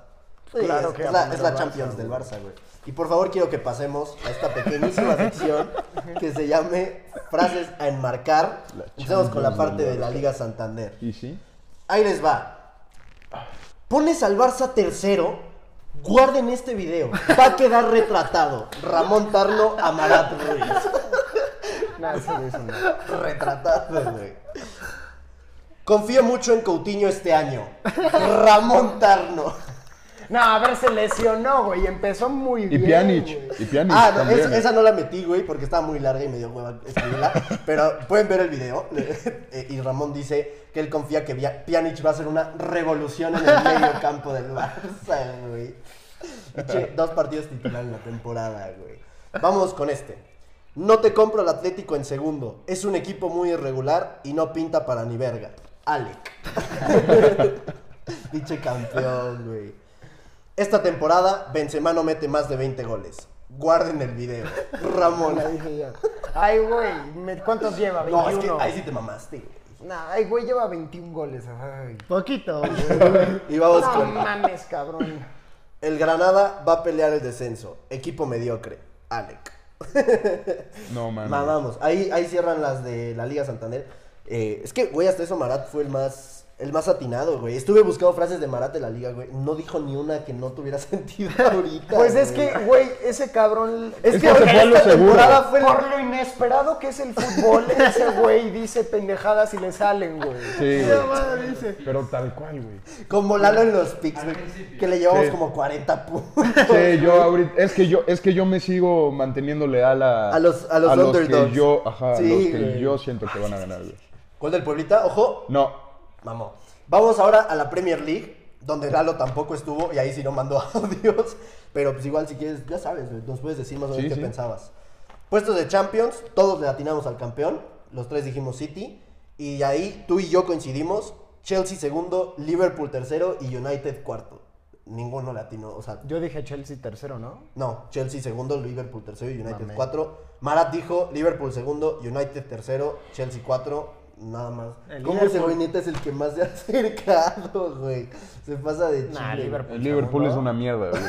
B: Sí,
E: Claro
B: es,
E: que
B: es
E: va a
B: la,
E: poner
B: es la
E: al Barça,
B: Champions del Barça, güey. Y por favor quiero que pasemos a esta
E: [LAUGHS]
B: pequeñísima sección que se llame Frases a enmarcar.
D: La
B: Empezamos con la
D: Champions
B: parte
D: del
B: de la
D: Barça.
B: Liga Santander.
D: ¿Y sí?
B: Ahí les va. Pones al Barça tercero. Guarden este video. Va a quedar retratado. Ramón Tarno a Marat Ruiz.
E: Nah, ese güey es un-
B: Retratado, güey. Confío mucho en Coutinho este año. Ramón Tarno.
E: No, pero se lesionó, güey. Empezó muy
D: Y
E: bien. güey.
D: Pjanic. Y Pjanic
B: Ah, no,
D: también. ¿eh?
B: es- esa no la metí, güey, porque estaba muy larga y me dio hueva escribirla. pero pueden ver el video. [LAUGHS] Eh, y Ramón dice que él confía que Via- Pjanic va a hacer una revolución en el medio campo del Barça, güey. Che, dos partidos titulares en la temporada, güey. Vamos con este. No te compro el Atlético en segundo. Es un equipo muy irregular y no pinta para ni verga. Alec. [LAUGHS] Diche campeón, güey. Esta temporada, Benzema no mete más de 20 goles. Guarden el
E: [LAUGHS]
B: video. Ramón.
E: La dije yo. Ay, güey. me- ¿Cuántos lleva? 21.
B: No, es que ahí sí te mamaste. güey.
E: Nah, ay, güey, lleva 21 goles. Ay.
C: Poquito.
E: [LAUGHS]
B: Y vamos
E: No
B: con...
E: mames, cabrón.
B: El Granada va a pelear el descenso. Equipo mediocre. Alec.
D: No, man.
B: Mamamos. Ahí, ahí cierran las de la Liga Santander. Eh, es que, güey, hasta eso Marat fue el más... El más atinado, güey. Estuve buscando frases de Marat de la liga, güey. No dijo ni una que no tuviera [LAUGHS] sentido ahorita.
E: Pues es
B: güey.
E: que, güey, ese cabrón.
B: Es que
D: que se fue a lo
B: esta
D: seguro.
B: temporada fue el-
E: Por lo inesperado que es
C: [LAUGHS]
E: el fútbol, ese güey dice pendejadas y le salen, güey.
D: Sí,
C: Esa
D: güey.
C: madre dice.
D: Pero tal cual, güey.
B: Como Lalo en los picks, güey, que le llevamos
D: Sí.
B: como 40 puntos.
D: Sí, yo ahorita. Es que yo, es que yo me sigo manteniendo leal a.
B: A los- a los underdogs.
D: que yo, ajá,
B: Sí,
D: a los que
B: güey.
D: yo siento que van a ganar, güey.
B: Gol del Pueblita, ojo,
D: No.
B: mamó. Vamos ahora a la Premier League, donde Lalo tampoco estuvo y ahí sí no mandó [LAUGHS] audios. Pero pues igual si quieres, ya sabes, güey, nos puedes decir más o menos
D: Sí,
B: qué
D: sí.
B: pensabas. Puestos de Champions, todos le atinamos al campeón, los tres dijimos City, y ahí tú y yo coincidimos, Chelsea segundo, Liverpool tercero y United cuarto. Ninguno le atinó, o sea,
E: Yo dije Chelsea tercero, ¿no?
B: No, Chelsea segundo, Liverpool tercero y United cuatro. Marat dijo Liverpool segundo, United tercero, Chelsea cuatro, nada más.
C: El
B: ¿Cómo ese
C: Liverpool.
B: güey neta es el que más se ha [LAUGHS] acercado, güey? Se pasa de chile.
E: Nah, Liverpool.
D: El Liverpool es una mierda, güey.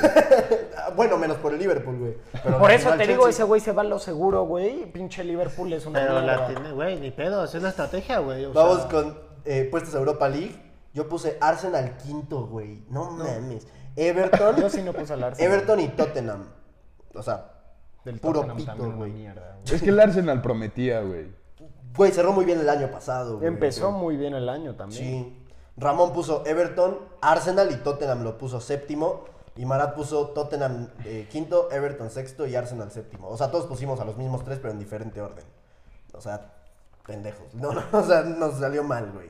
B: Ah, Bueno, menos por el Liverpool, güey. Pero
E: Por
B: al
E: eso
B: final
E: te digo,
B: Chelsea-
E: ese güey se va a lo seguro, güey. Pinche Liverpool es una
C: Pero
E: mierda.
C: la tiene, güey, ni pedo. Esa es la estrategia, güey. o sea,
B: Vamos con eh, puestos a Europa League. Yo puse Arsenal quinto, güey. No, mames. Everton.
E: Yo sí no puse al Arsenal.
B: Everton y Tottenham. O sea,
E: Del
B: puro
E: Tottenham
B: pito,
E: también una
B: güey.
E: mierda, güey.
D: Es que el Arsenal prometía, güey.
B: güey, cerró muy bien el año pasado, güey.
E: Empezó muy bien el año también.
B: Sí. Ramón puso Everton, Arsenal y Tottenham lo puso séptimo. Y Marat puso Tottenham eh, quinto, Everton sexto y Arsenal séptimo. O sea, todos pusimos a los mismos tres, pero en diferente orden. O sea, pendejos. No, [LAUGHS] no, o sea, nos salió mal, güey.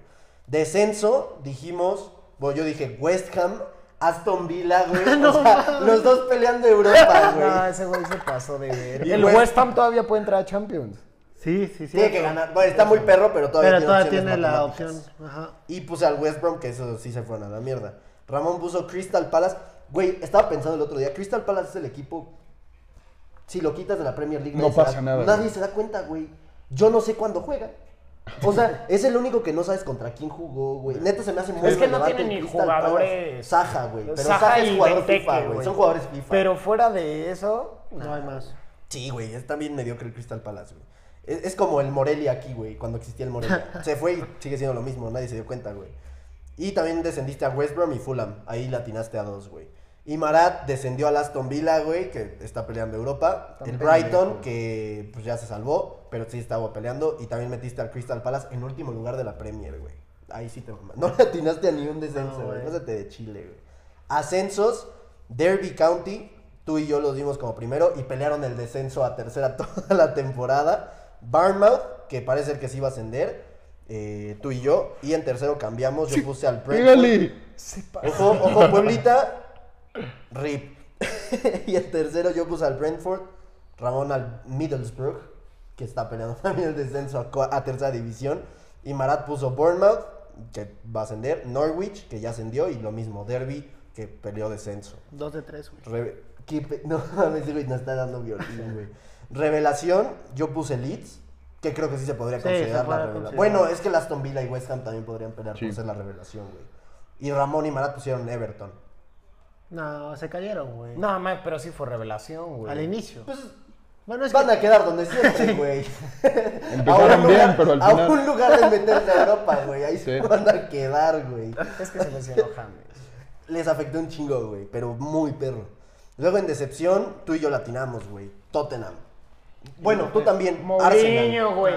B: Descenso, dijimos. Bueno, yo dije West Ham, Aston Villa, güey. O sea, los dos peleando Europa,
E: No,
B: Ah, güey.
E: ese güey se pasó de ver.
B: Y
E: El
B: West-
E: West Ham todavía puede entrar a Champions.
C: Sí, sí, sí.
B: Tiene que ganar. Bueno, está muy perro, pero todavía
C: Pero todavía
B: opciones
C: tiene la
B: matemáticas.
C: opción. Ajá.
B: Y puse al West Brom, que eso sí se fueron a la mierda. Ramón puso Crystal Palace. Güey, estaba pensando el otro día, Crystal Palace es el equipo. Si lo quitas de la Premier League,
D: No
B: nadie se da-
D: pasa nada,
B: Nadie
D: güey.
B: se da cuenta, güey. Yo no sé cuándo juega. O sea, es el único que no sabes contra quién jugó, güey. Neta se me hace muy
E: Es que no
B: relevante
E: tienen
B: el
E: ni
B: Crystal Palace.
E: jugadores.
B: Saja, güey. Pero Saja,
E: Saja
B: es
E: y
B: jugador
E: Benteke,
B: FIFA, güey.
E: güey.
B: Son jugadores FIFA.
E: Pero fuera de eso,
C: No hay más.
B: Sí, güey, es también mediocre el Crystal Palace, güey. Es, es como el Morelia aquí, güey, cuando existía el Morelia. Se fue y sigue siendo lo mismo, nadie se dio cuenta, güey. Y también descendiste a West Brom y Fulham, ahí latinaste a dos, güey. Y Marat descendió al Aston Villa, güey, que está peleando Europa.
E: También,
B: el Brighton,
E: güey.
B: que pues ya se salvó, pero sí estaba peleando. Y también metiste al Crystal Palace en último lugar de la Premier, güey. Ahí sí te mamas. [LAUGHS] No latinaste a ni un descenso,
C: No,
B: güey.
C: güey.
B: No se te de Chile, güey. Ascensos, Derby County, tú y yo los dimos como primero y pelearon el descenso a tercera [LAUGHS] toda la temporada. Barnmouth, que parece ser que sí iba a ascender, eh, tú y yo. Y en tercero cambiamos, yo puse al Brentford.
D: Pégale.
B: Ojo, ojo, Pueblita, RIP. [LAUGHS] y en tercero yo puse al Brentford, Ramón al Middlesbrough, que está peleando [LAUGHS] también el descenso a, cua- a tercera división. Y Marat puso Bournemouth, que va a ascender, Norwich, que ya ascendió, y lo mismo, Derby, que peleó descenso.
C: Dos de tres, güey.
B: Reve- ¿Qué pe- [LAUGHS] No mames, güey, nos está dando violín, güey. Revelación, yo puse Leeds, que creo que sí se podría
C: Sí,
B: considerar
C: se podría
B: la revelación.
C: considerar.
B: Bueno, es que el Aston Villa y West Ham también podrían pelear
D: Sí.
B: por ser la revelación, güey. Y Ramón y Marat pusieron Everton.
C: No, se cayeron, güey.
E: No, ma, pero sí fue revelación, güey.
C: Al inicio.
E: Pues,
C: bueno, es
B: Van
C: que
B: a quedar donde
C: [LAUGHS]
B: siempre, güey. A
D: Empezaron
B: un
D: bien,
B: lugar-
D: pero al
B: A un
D: final.
B: lugar de meterse a Europa, güey. Ahí se
D: Sí.
B: van a quedar, güey.
E: Es que se lesionó
B: [LAUGHS]
E: James.
B: Les afectó un chingo, güey, pero muy perro. Luego en decepción, tú y yo latinamos, güey. Tottenham. Bueno, tú también. Arsenal.
E: Mourinho, güey.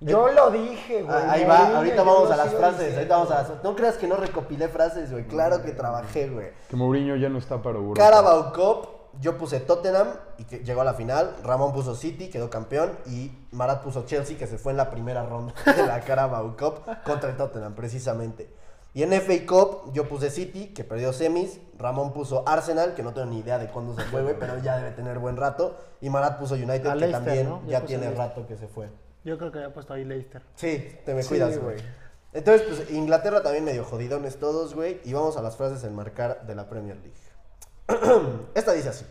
E: Yo lo dije, güey.
B: Ah, ahí va,
E: Mourinho,
B: ahorita
E: yo
B: vamos
E: lo
B: a las
E: sigo
B: frases, ahorita
E: diciendo.
B: vamos a las... No creas que no recopilé frases, güey, claro que trabajé, güey.
D: Que Mourinho ya no está para Europa.
B: Carabao Cup, yo puse Tottenham y que llegó a la final, Ramón puso City, quedó campeón y Marat puso Chelsea que se fue en la primera ronda [LAUGHS] de la Carabao Cup contra el Tottenham precisamente. Y en FA Cup yo puse City que perdió semis, Ramón puso Arsenal que no tengo ni idea de cuándo se fue, güey, pero ya debe tener buen rato y Marat puso United
C: A
B: que
C: Leicester,
B: también
C: ¿no? Yo
B: ya
C: puse
B: tiene
C: Leicester.
B: rato que se fue.
C: Yo creo que había puesto ahí Leicester.
B: Sí, te me
E: Sí,
B: cuidas, güey.
E: güey.
B: Entonces, pues Inglaterra también medio jodidones todos, güey. Y vamos a las frases en marcar de la Premier League. [CLEARS THROAT] Esta dice así.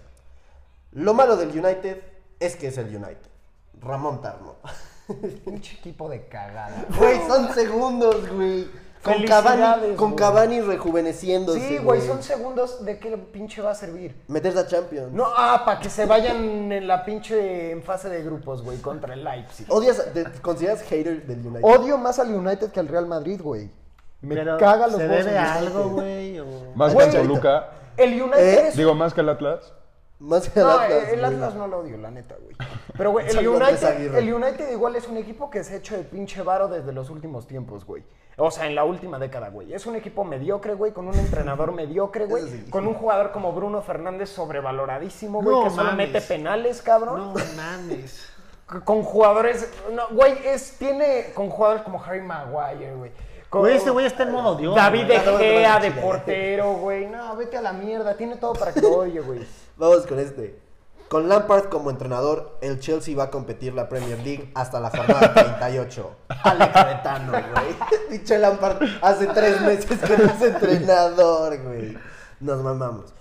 B: Lo malo del United es que es el United. Ramón Tarno. [LAUGHS] eh.
E: [LAUGHS] Pinche equipo de cagada.
B: Güey,
E: [LAUGHS]
B: son segundos, güey. Con Cavani,
E: Felicidades,
B: con
E: güey.
B: Cavani rejuveneciéndose.
E: Sí, güey, son segundos. ¿De qué pinche va a servir?
B: Meterse a Champions.
E: No, ah, para que se vayan en la pinche en fase de grupos, güey, contra el Leipzig.
B: ¿Odias, te consideras hater del United?
E: Odio más al United que al Real Madrid, güey. Me
C: Pero
E: caga los
C: ¿Se
E: huevos
C: debe
E: el
C: a
E: United.
C: algo, güey? o-
D: Más que
E: Güey,
D: al Toluca.
E: El United
B: ¿Eh?
E: es...
D: Digo, más que al Atlas.
B: Más que
E: No, eh,
B: al Atlas,
E: el
B: güey.
E: Atlas no lo odio, la neta, güey. Pero, güey, el
B: Saludos, Andrés
E: United,
B: Aguirre.
E: el United igual es un equipo que se ha hecho de pinche varo desde los últimos tiempos, güey. O sea, en la última década, güey. Es un equipo mediocre, güey, con un
C: [LAUGHS]
E: entrenador mediocre, güey.
B: Eso sí.
E: Con un jugador como Bruno Fernández sobrevaloradísimo, güey,
C: No
E: que solo
C: mames.
E: mete penales, cabrón.
C: No mames.
E: C- con jugadores. No, güey, es, tiene con jugadores como Harry Maguire, güey. Con-
C: Güey, ese güey está en modo Dios. güey.
E: David De
B: Ya no voy a tomar
E: Gea de
B: chile.
E: portero, güey. No, vete a la mierda. Tiene todo para que lo odie,
B: [LAUGHS]
E: güey.
B: Vamos con este. Con Lampard como entrenador, el Chelsea va a competir la Premier League hasta la
C: [LAUGHS]
B: jornada 38. Ale Cretano, güey. Dicho Lampard hace tres meses que no es entrenador, güey. Nos mamamos.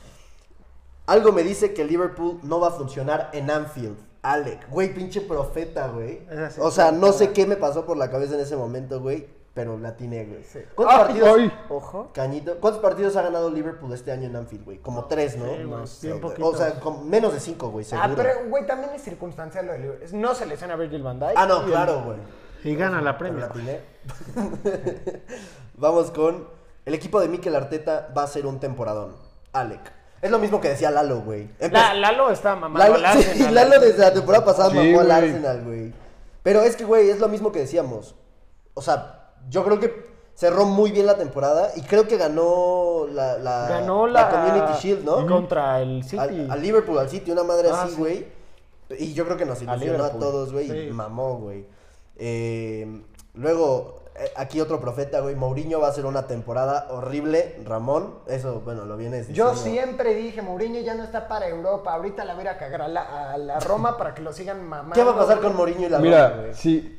B: Algo me dice que Liverpool no va a funcionar en Anfield. Alec, güey, pinche profeta, güey.
C: Esa Ah, sí
B: O sea,
C: está
B: no sé
C: cabrón.
B: qué me pasó por la cabeza en ese momento, güey, pero la tiene, güey.
E: Sí.
C: Ah,
B: ¿Cuántos
D: Ay,
B: partidos?
D: ay.
E: Ojo.
B: Cañito. ¿Cuántos partidos ha ganado Liverpool este año en Anfield, güey? Como tres, ¿no?
C: Sí, güey,
B: sé,
C: bien
B: güey.
C: poquitos.
B: O sea, con menos de cinco, güey, seguro.
E: Ah, pero, güey, también es circunstancial lo de Liverpool. No se lesiona a Virgil van Dijk.
B: Ah, no, claro, güey.
C: Y gana la
B: Pero
C: premia.
B: la atiné. [LAUGHS] Vamos con... El equipo de Mikel Arteta va a ser un temporadón. Alec. Es lo mismo que decía Lalo, güey. Empe-
E: La- Lalo está mamando.
B: Lalo,
E: al
B: [LAUGHS]
E: Arsenal, eh.
B: sí, Lalo
E: güey.
B: desde la temporada pasada
D: Sí,
B: mamó al
D: güey.
B: Arsenal, güey. Pero es que, güey, es lo mismo que decíamos. O sea, yo creo que cerró muy bien la temporada y creo que ganó la, la-
E: Ganó la,
B: Community Shield, ¿no?
E: Contra el City.
B: Al, al Liverpool, al City, una madre
E: Ah,
B: así,
E: sí.
B: güey. Y yo creo que nos ilusionó a,
E: Liverpool.
B: todos, güey. y
C: Sí.
B: Mamó, güey. Eh, luego, eh, aquí otro profeta, güey. Mourinho va a ser una temporada horrible. Ramón, eso, bueno, lo vienes
E: Yo
B: diciendo.
E: siempre dije, Mourinho ya no está para Europa. Ahorita la voy a ir a cagar a la, a la Roma para que lo sigan mamando.
B: ¿Qué va a pasar con Mourinho y la Roma,
D: Mira,
B: güey?
D: sí.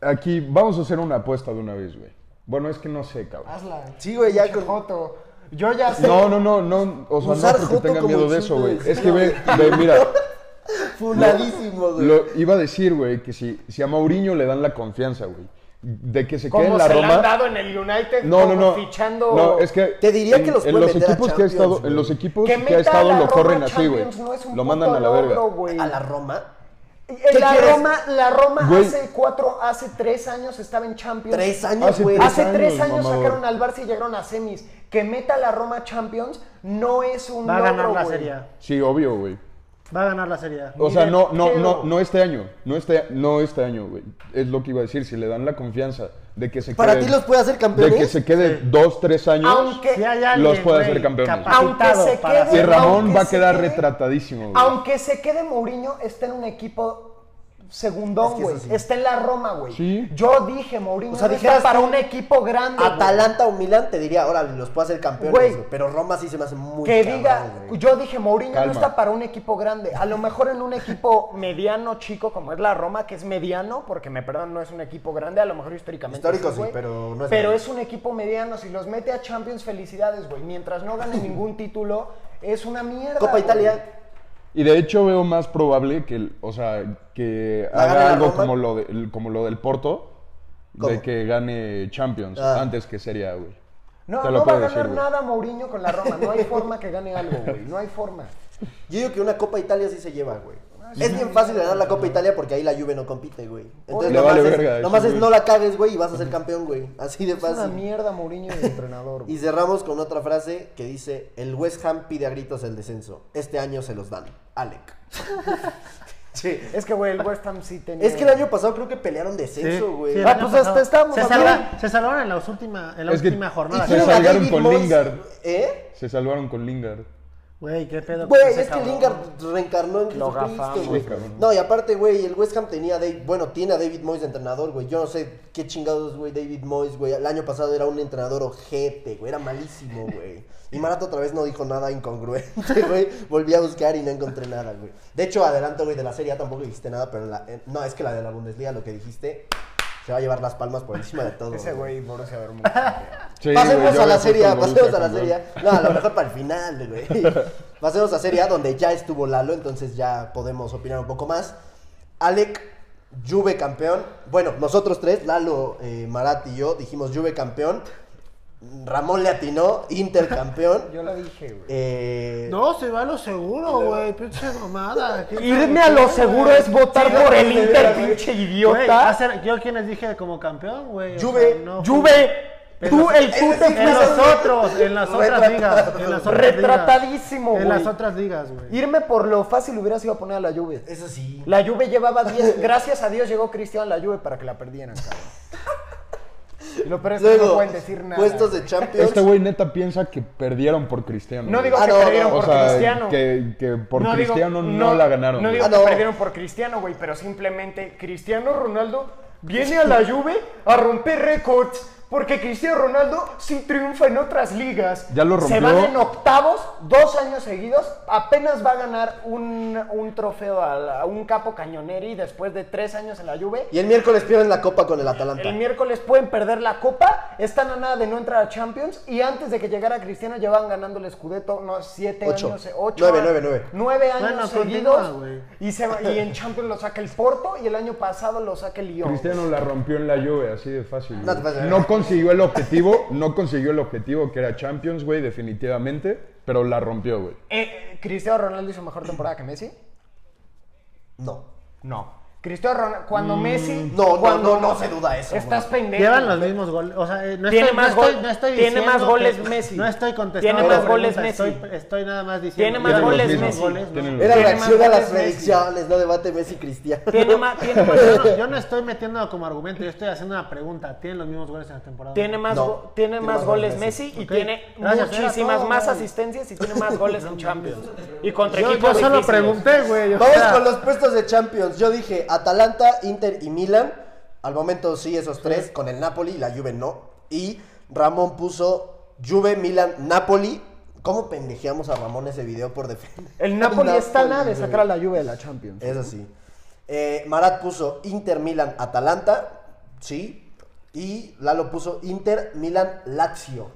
D: Aquí vamos a hacer una apuesta de una vez, güey. Bueno, es que no sé, cabrón.
E: Hazla.
B: Sí, güey, ya
E: Pinche
B: con-
E: Joto. Yo ya sé.
D: No, no, no, no. O sea,
B: Usar
D: no
B: joto
D: porque tengan
B: como
D: miedo de
B: insulto
D: eso, güey.
B: de
D: Es que ve, ve,
B: [LAUGHS]
D: mira.
B: Funadísimo, güey.
D: Lo iba a decir, güey, que si, si a Mourinho le dan la confianza, güey, de que se quede
E: Como
D: en la
E: se le han
D: Roma.
E: dado en el United.
D: No, no,
E: como
D: no.
E: Fichando.
D: No, es que
B: Te diría
D: en-
B: que los
D: en
B: puede
D: los
B: meter a
D: equipos que ha
B: Champions,
D: estado, en los
B: güey.
D: equipos Pues que,
E: meta
D: ha
E: a
D: estado
E: la
D: lo
E: Roma
D: corren así, güey.
E: Champions no es un
D: lo mandan
E: puto
D: a la verga.
E: logro, güey.
B: ¿A la Roma?
E: Eh, La
B: quieres?
E: Roma, la Roma
D: Güey.
E: hace cuatro, hace tres años estaba en Champions.
B: Tres años,
D: Hace
B: güey.
D: tres
E: Hace Ah, tres
D: años,
E: años
D: mamador.
E: sacaron al Barça y llegaron a semis. Que meta la Roma Champions no es un
C: Va a ganar
E: logro,
C: la
E: güey.
C: serie. A.
D: Sí, obvio, güey.
C: Va a ganar la serie. A.
D: O
E: Ni
D: sea,
E: de
D: no, no,
E: pedo.
D: no, no este año. No este, no este año, güey. Es lo que iba a decir. Si le dan la confianza de que se
B: ¿Para
D: quede-
B: ti los puede hacer
D: de
B: campeones?
D: que se quede dos, tres años.
E: Aunque,
C: Si hay alguien,
D: Los puede hacer
C: güey,
D: campeones.
C: capacitado
E: Aunque se
C: para
E: quede-
D: y
C: hacer-
D: Ramón
E: aunque
D: va a
E: se
D: quedar
E: quede-
D: retratadísimo, güey.
E: aunque se quede Mourinho, está en un equipo
B: Es
E: segundón,
B: que eso
E: güey.
B: sí.
E: Está en la Roma, güey.
D: Sí.
E: Yo dije, Mourinho
B: O sea,
E: no
B: dijeras
E: está para
B: tú,
E: un equipo grande. güey.
B: Atalanta o Milán te diría, órale, los puede hacer campeones,
E: Güey.
B: güey, pero Roma sí se me hace muy
E: Que
B: cabrón,
E: diga,
B: güey.
E: yo dije, Mourinho
D: Calma.
E: no está para un equipo grande. A lo mejor en un equipo [LAUGHS] mediano, chico, como es la Roma, que es mediano, porque me perdón, no es un equipo grande, a lo mejor históricamente.
B: Histórico sí,
E: güey.
B: pero no es
E: Pero
B: grande.
E: es un equipo mediano. Si los mete a Champions, felicidades, güey. Mientras no
B: [LAUGHS]
E: gane ningún título, es una mierda.
B: Copa
E: güey.
B: Italia,
D: Y de hecho veo más probable que, el- o sea, que
B: La gane la
D: haga algo
B: Roma.
D: como lo, de- el- como lo del Porto,
B: ¿Cómo?
D: de que gane Champions
B: Ah.
D: antes que Serie A, güey.
E: No,
D: Te lo
E: no va a
D: puedo
E: ganar
D: decir, güey.
E: nada Mourinho con la Roma. No hay forma que gane algo, güey. No hay
B: [LAUGHS]
E: forma.
B: yo digo que una Copa Italia sí se lleva, güey. Es bien fácil ganar la Copa Italia porque ahí la Juve no compite, güey. Entonces
D: Le
B: nomás,
D: vale
B: es,
D: verga,
B: nomás
D: sí,
B: es
D: güey.
B: no la cagues, güey, y vas a ser campeón, güey. Así de
E: Es una
B: fácil.
E: mierda Mourinho y el entrenador,
B: [LAUGHS] Y
E: güey.
B: cerramos con otra frase que dice, el West Ham pide a gritos el descenso. Este año se los dan. Alec. Sí.
E: Es que, güey, el West Ham sí tenía.
B: Es que el año pasado creo que pelearon
C: Sí,
B: descenso, güey.
C: sí, el
E: Ah,
C: año
E: pues
C: pasado.
E: hasta estábamos
C: Se
E: hablando-
C: salvaron, se salvaron en, las última, en la
D: Es que-
C: última jornada.
D: y se
B: tienen a
D: salgaron
B: David
D: con
B: Moyes-
D: Lingard.
B: ¿Eh?
D: Se salvaron con Lingard.
C: Güey, qué pedo. con
B: Güey,
C: ese
B: es que
C: cabrón.
B: Lingard reencarnó en
E: Lo
B: Jesucristo,
E: gafamos,
B: güey.
D: cabrón.
B: No, y aparte, güey, el West Ham tenía a David, bueno, tiene a David Moyes de entrenador, güey. Yo no sé qué chingados, güey, David Moyes, güey. El año pasado era un entrenador ojete, güey, era malísimo, güey. Y Marato otra vez no dijo nada incongruente, [LAUGHS] güey. Volví a buscar y no encontré nada, güey. De hecho, adelanto, güey, de la serie A tampoco dijiste nada, pero en la- en- no, es que la de la Bundesliga lo que dijiste se va a llevar las palmas por encima de todo.
E: Ese
B: güey.
E: güey, Borussia Dortmund.
D: Sí, güey,
B: pasemos
D: yo
B: a la
D: había
B: serie A,
D: puesto el
B: pasemos a
D: Borussia
B: la serie A.
D: campeón.
B: No, a lo mejor para el final, güey.
D: [LAUGHS]
B: Pasemos a serie A donde ya estuvo Lalo, entonces ya podemos opinar un poco más. Alec, Juve campeón. Bueno, nosotros tres, Lalo, eh, Marat y yo, dijimos Juve campeón. Ramón le atinó, Inter campeón.
E: [LAUGHS] Yo lo dije, güey.
B: Eh,
C: No, se va a lo seguro, güey. Pinche mamada. ¿Qué
E: [LAUGHS] Irme
C: tal,
E: a lo
C: güey?
E: seguro es votar
B: Sí,
E: por
B: no,
E: el
B: de
E: Inter,
B: veras, güey.
E: pinche
C: Güey,
E: idiota.
C: hace- yo quienes dije como campeón, güey. o
B: Juve,
C: sea, no-
E: Juve, tú, el tú
B: ese
E: te
B: sí
C: En
E: fuiste.
C: los otros, en las otras ligas. En las otras
E: Retratadísimo,
C: ligas. En
E: güey.
C: las otras ligas, güey.
E: Irme por lo fácil hubiera sido a poner a la Juve.
B: Eso sí.
E: La Juve llevaba 10. Gracias a Dios llegó Cristiano a la Juve para que la perdieran, cabrón.
B: [LAUGHS]
E: Y lo peor es que no
B: Luego,
E: pueden decir nada.
B: puestos de Champions.
D: Este güey neta piensa que perdieron por Cristiano.
E: No
D: güey.
E: digo
B: Ah,
E: que
B: no,
E: perdieron
B: no.
D: o
E: por
D: sea,
E: Cristiano.
D: Que, que por
E: No digo-
D: Cristiano no la ganaron.
E: No
D: güey.
E: digo
B: Ah,
E: que
B: no.
E: perdieron por Cristiano, güey, pero simplemente Cristiano Ronaldo viene a la Juve a romper récords. Porque Cristiano Ronaldo sí triunfa en otras ligas.
D: Ya lo
E: Se
D: rompió.
E: van en octavos, dos años seguidos. Apenas va a ganar un, un trofeo a, la- a un capo cañoneri después de tres años en la Juve.
B: Y el miércoles pierden la copa con el Atalanta.
E: El miércoles pueden perder la copa, están a nada de no entrar a Champions y antes de que llegara Cristiano llevaban ganando el Scudetto, no, siete
B: Ocho.
E: años, ocho.
B: Nueve,
E: a-
B: nueve, nueve.
E: nueve años
C: Bueno,
E: seguidos
C: continúa, güey.
E: y, se va- y en Champions lo saca el Porto y el año pasado lo saca el Lyon.
D: Cristiano la rompió en la lluvia, así de fácil.
B: No
D: güey.
B: te pases de
D: No
B: verga.
D: consiguió el objetivo, no consiguió el objetivo que era Champions, güey, definitivamente, pero la rompió, güey.
E: Eh, ¿Cristiano Ronaldo hizo mejor temporada que Messi?
B: No.
E: No. Cristiano Ronaldo, cuando Messi...
B: Mm, No, no,
E: cuando-
B: no, no se duda eso,
E: Estás pendejo.
C: Llevan los mismos goles. O sea, eh, no
E: Tiene
C: estoy,
E: más
C: no estoy-
E: gol-
C: no estoy
E: tiene
C: diciendo
E: más
C: que-
E: goles Messi.
C: No estoy contestando.
E: Tiene
C: la
E: más goles
C: pregunta,
E: Messi.
C: Estoy, estoy nada más diciendo.
E: Tiene más
C: Tienen
E: goles
C: los mismos
E: Messi.
C: goles, ¿no?
D: Tienen los-
B: Era
E: Tiene
B: reacción
E: más
B: a las
E: goles Messi.
B: predicciones, no debate Messi Cristiano.
E: Tiene más, tiene más-
C: Yo no, yo no estoy metiendo como argumento, yo estoy haciendo una pregunta. ¿Tienen los mismos goles en la temporada?
E: Tiene más,
B: No.
E: go- tiene más goles Messi, y
C: Ok.
E: tiene
C: Gracias, era
E: muchísimas
C: todo,
E: más
C: güey.
E: asistencias y tiene más
C: [LAUGHS]
E: goles en Champions. Y contra
C: Yo,
E: equipos
C: yo solo
E: difíciles.
C: pregunté, güey.
B: [LAUGHS]
C: o
B: Vamos
C: sea,
B: con los puestos de Champions. Yo dije Atalanta, Inter y Milan. Al momento sí, esos tres, con el Napoli y la Juve no. Y Ramón puso Juve, Milan, Napoli. ¿Cómo pendejeamos a Ramón ese video por defender?
E: El Napoli está a nada de
B: güey.
E: sacar a la Juve de la Champions.
B: Es así. Eh, Marat puso Inter, Milan, Atalanta. Sí. Y Lalo puso Inter, Milan, Lazio.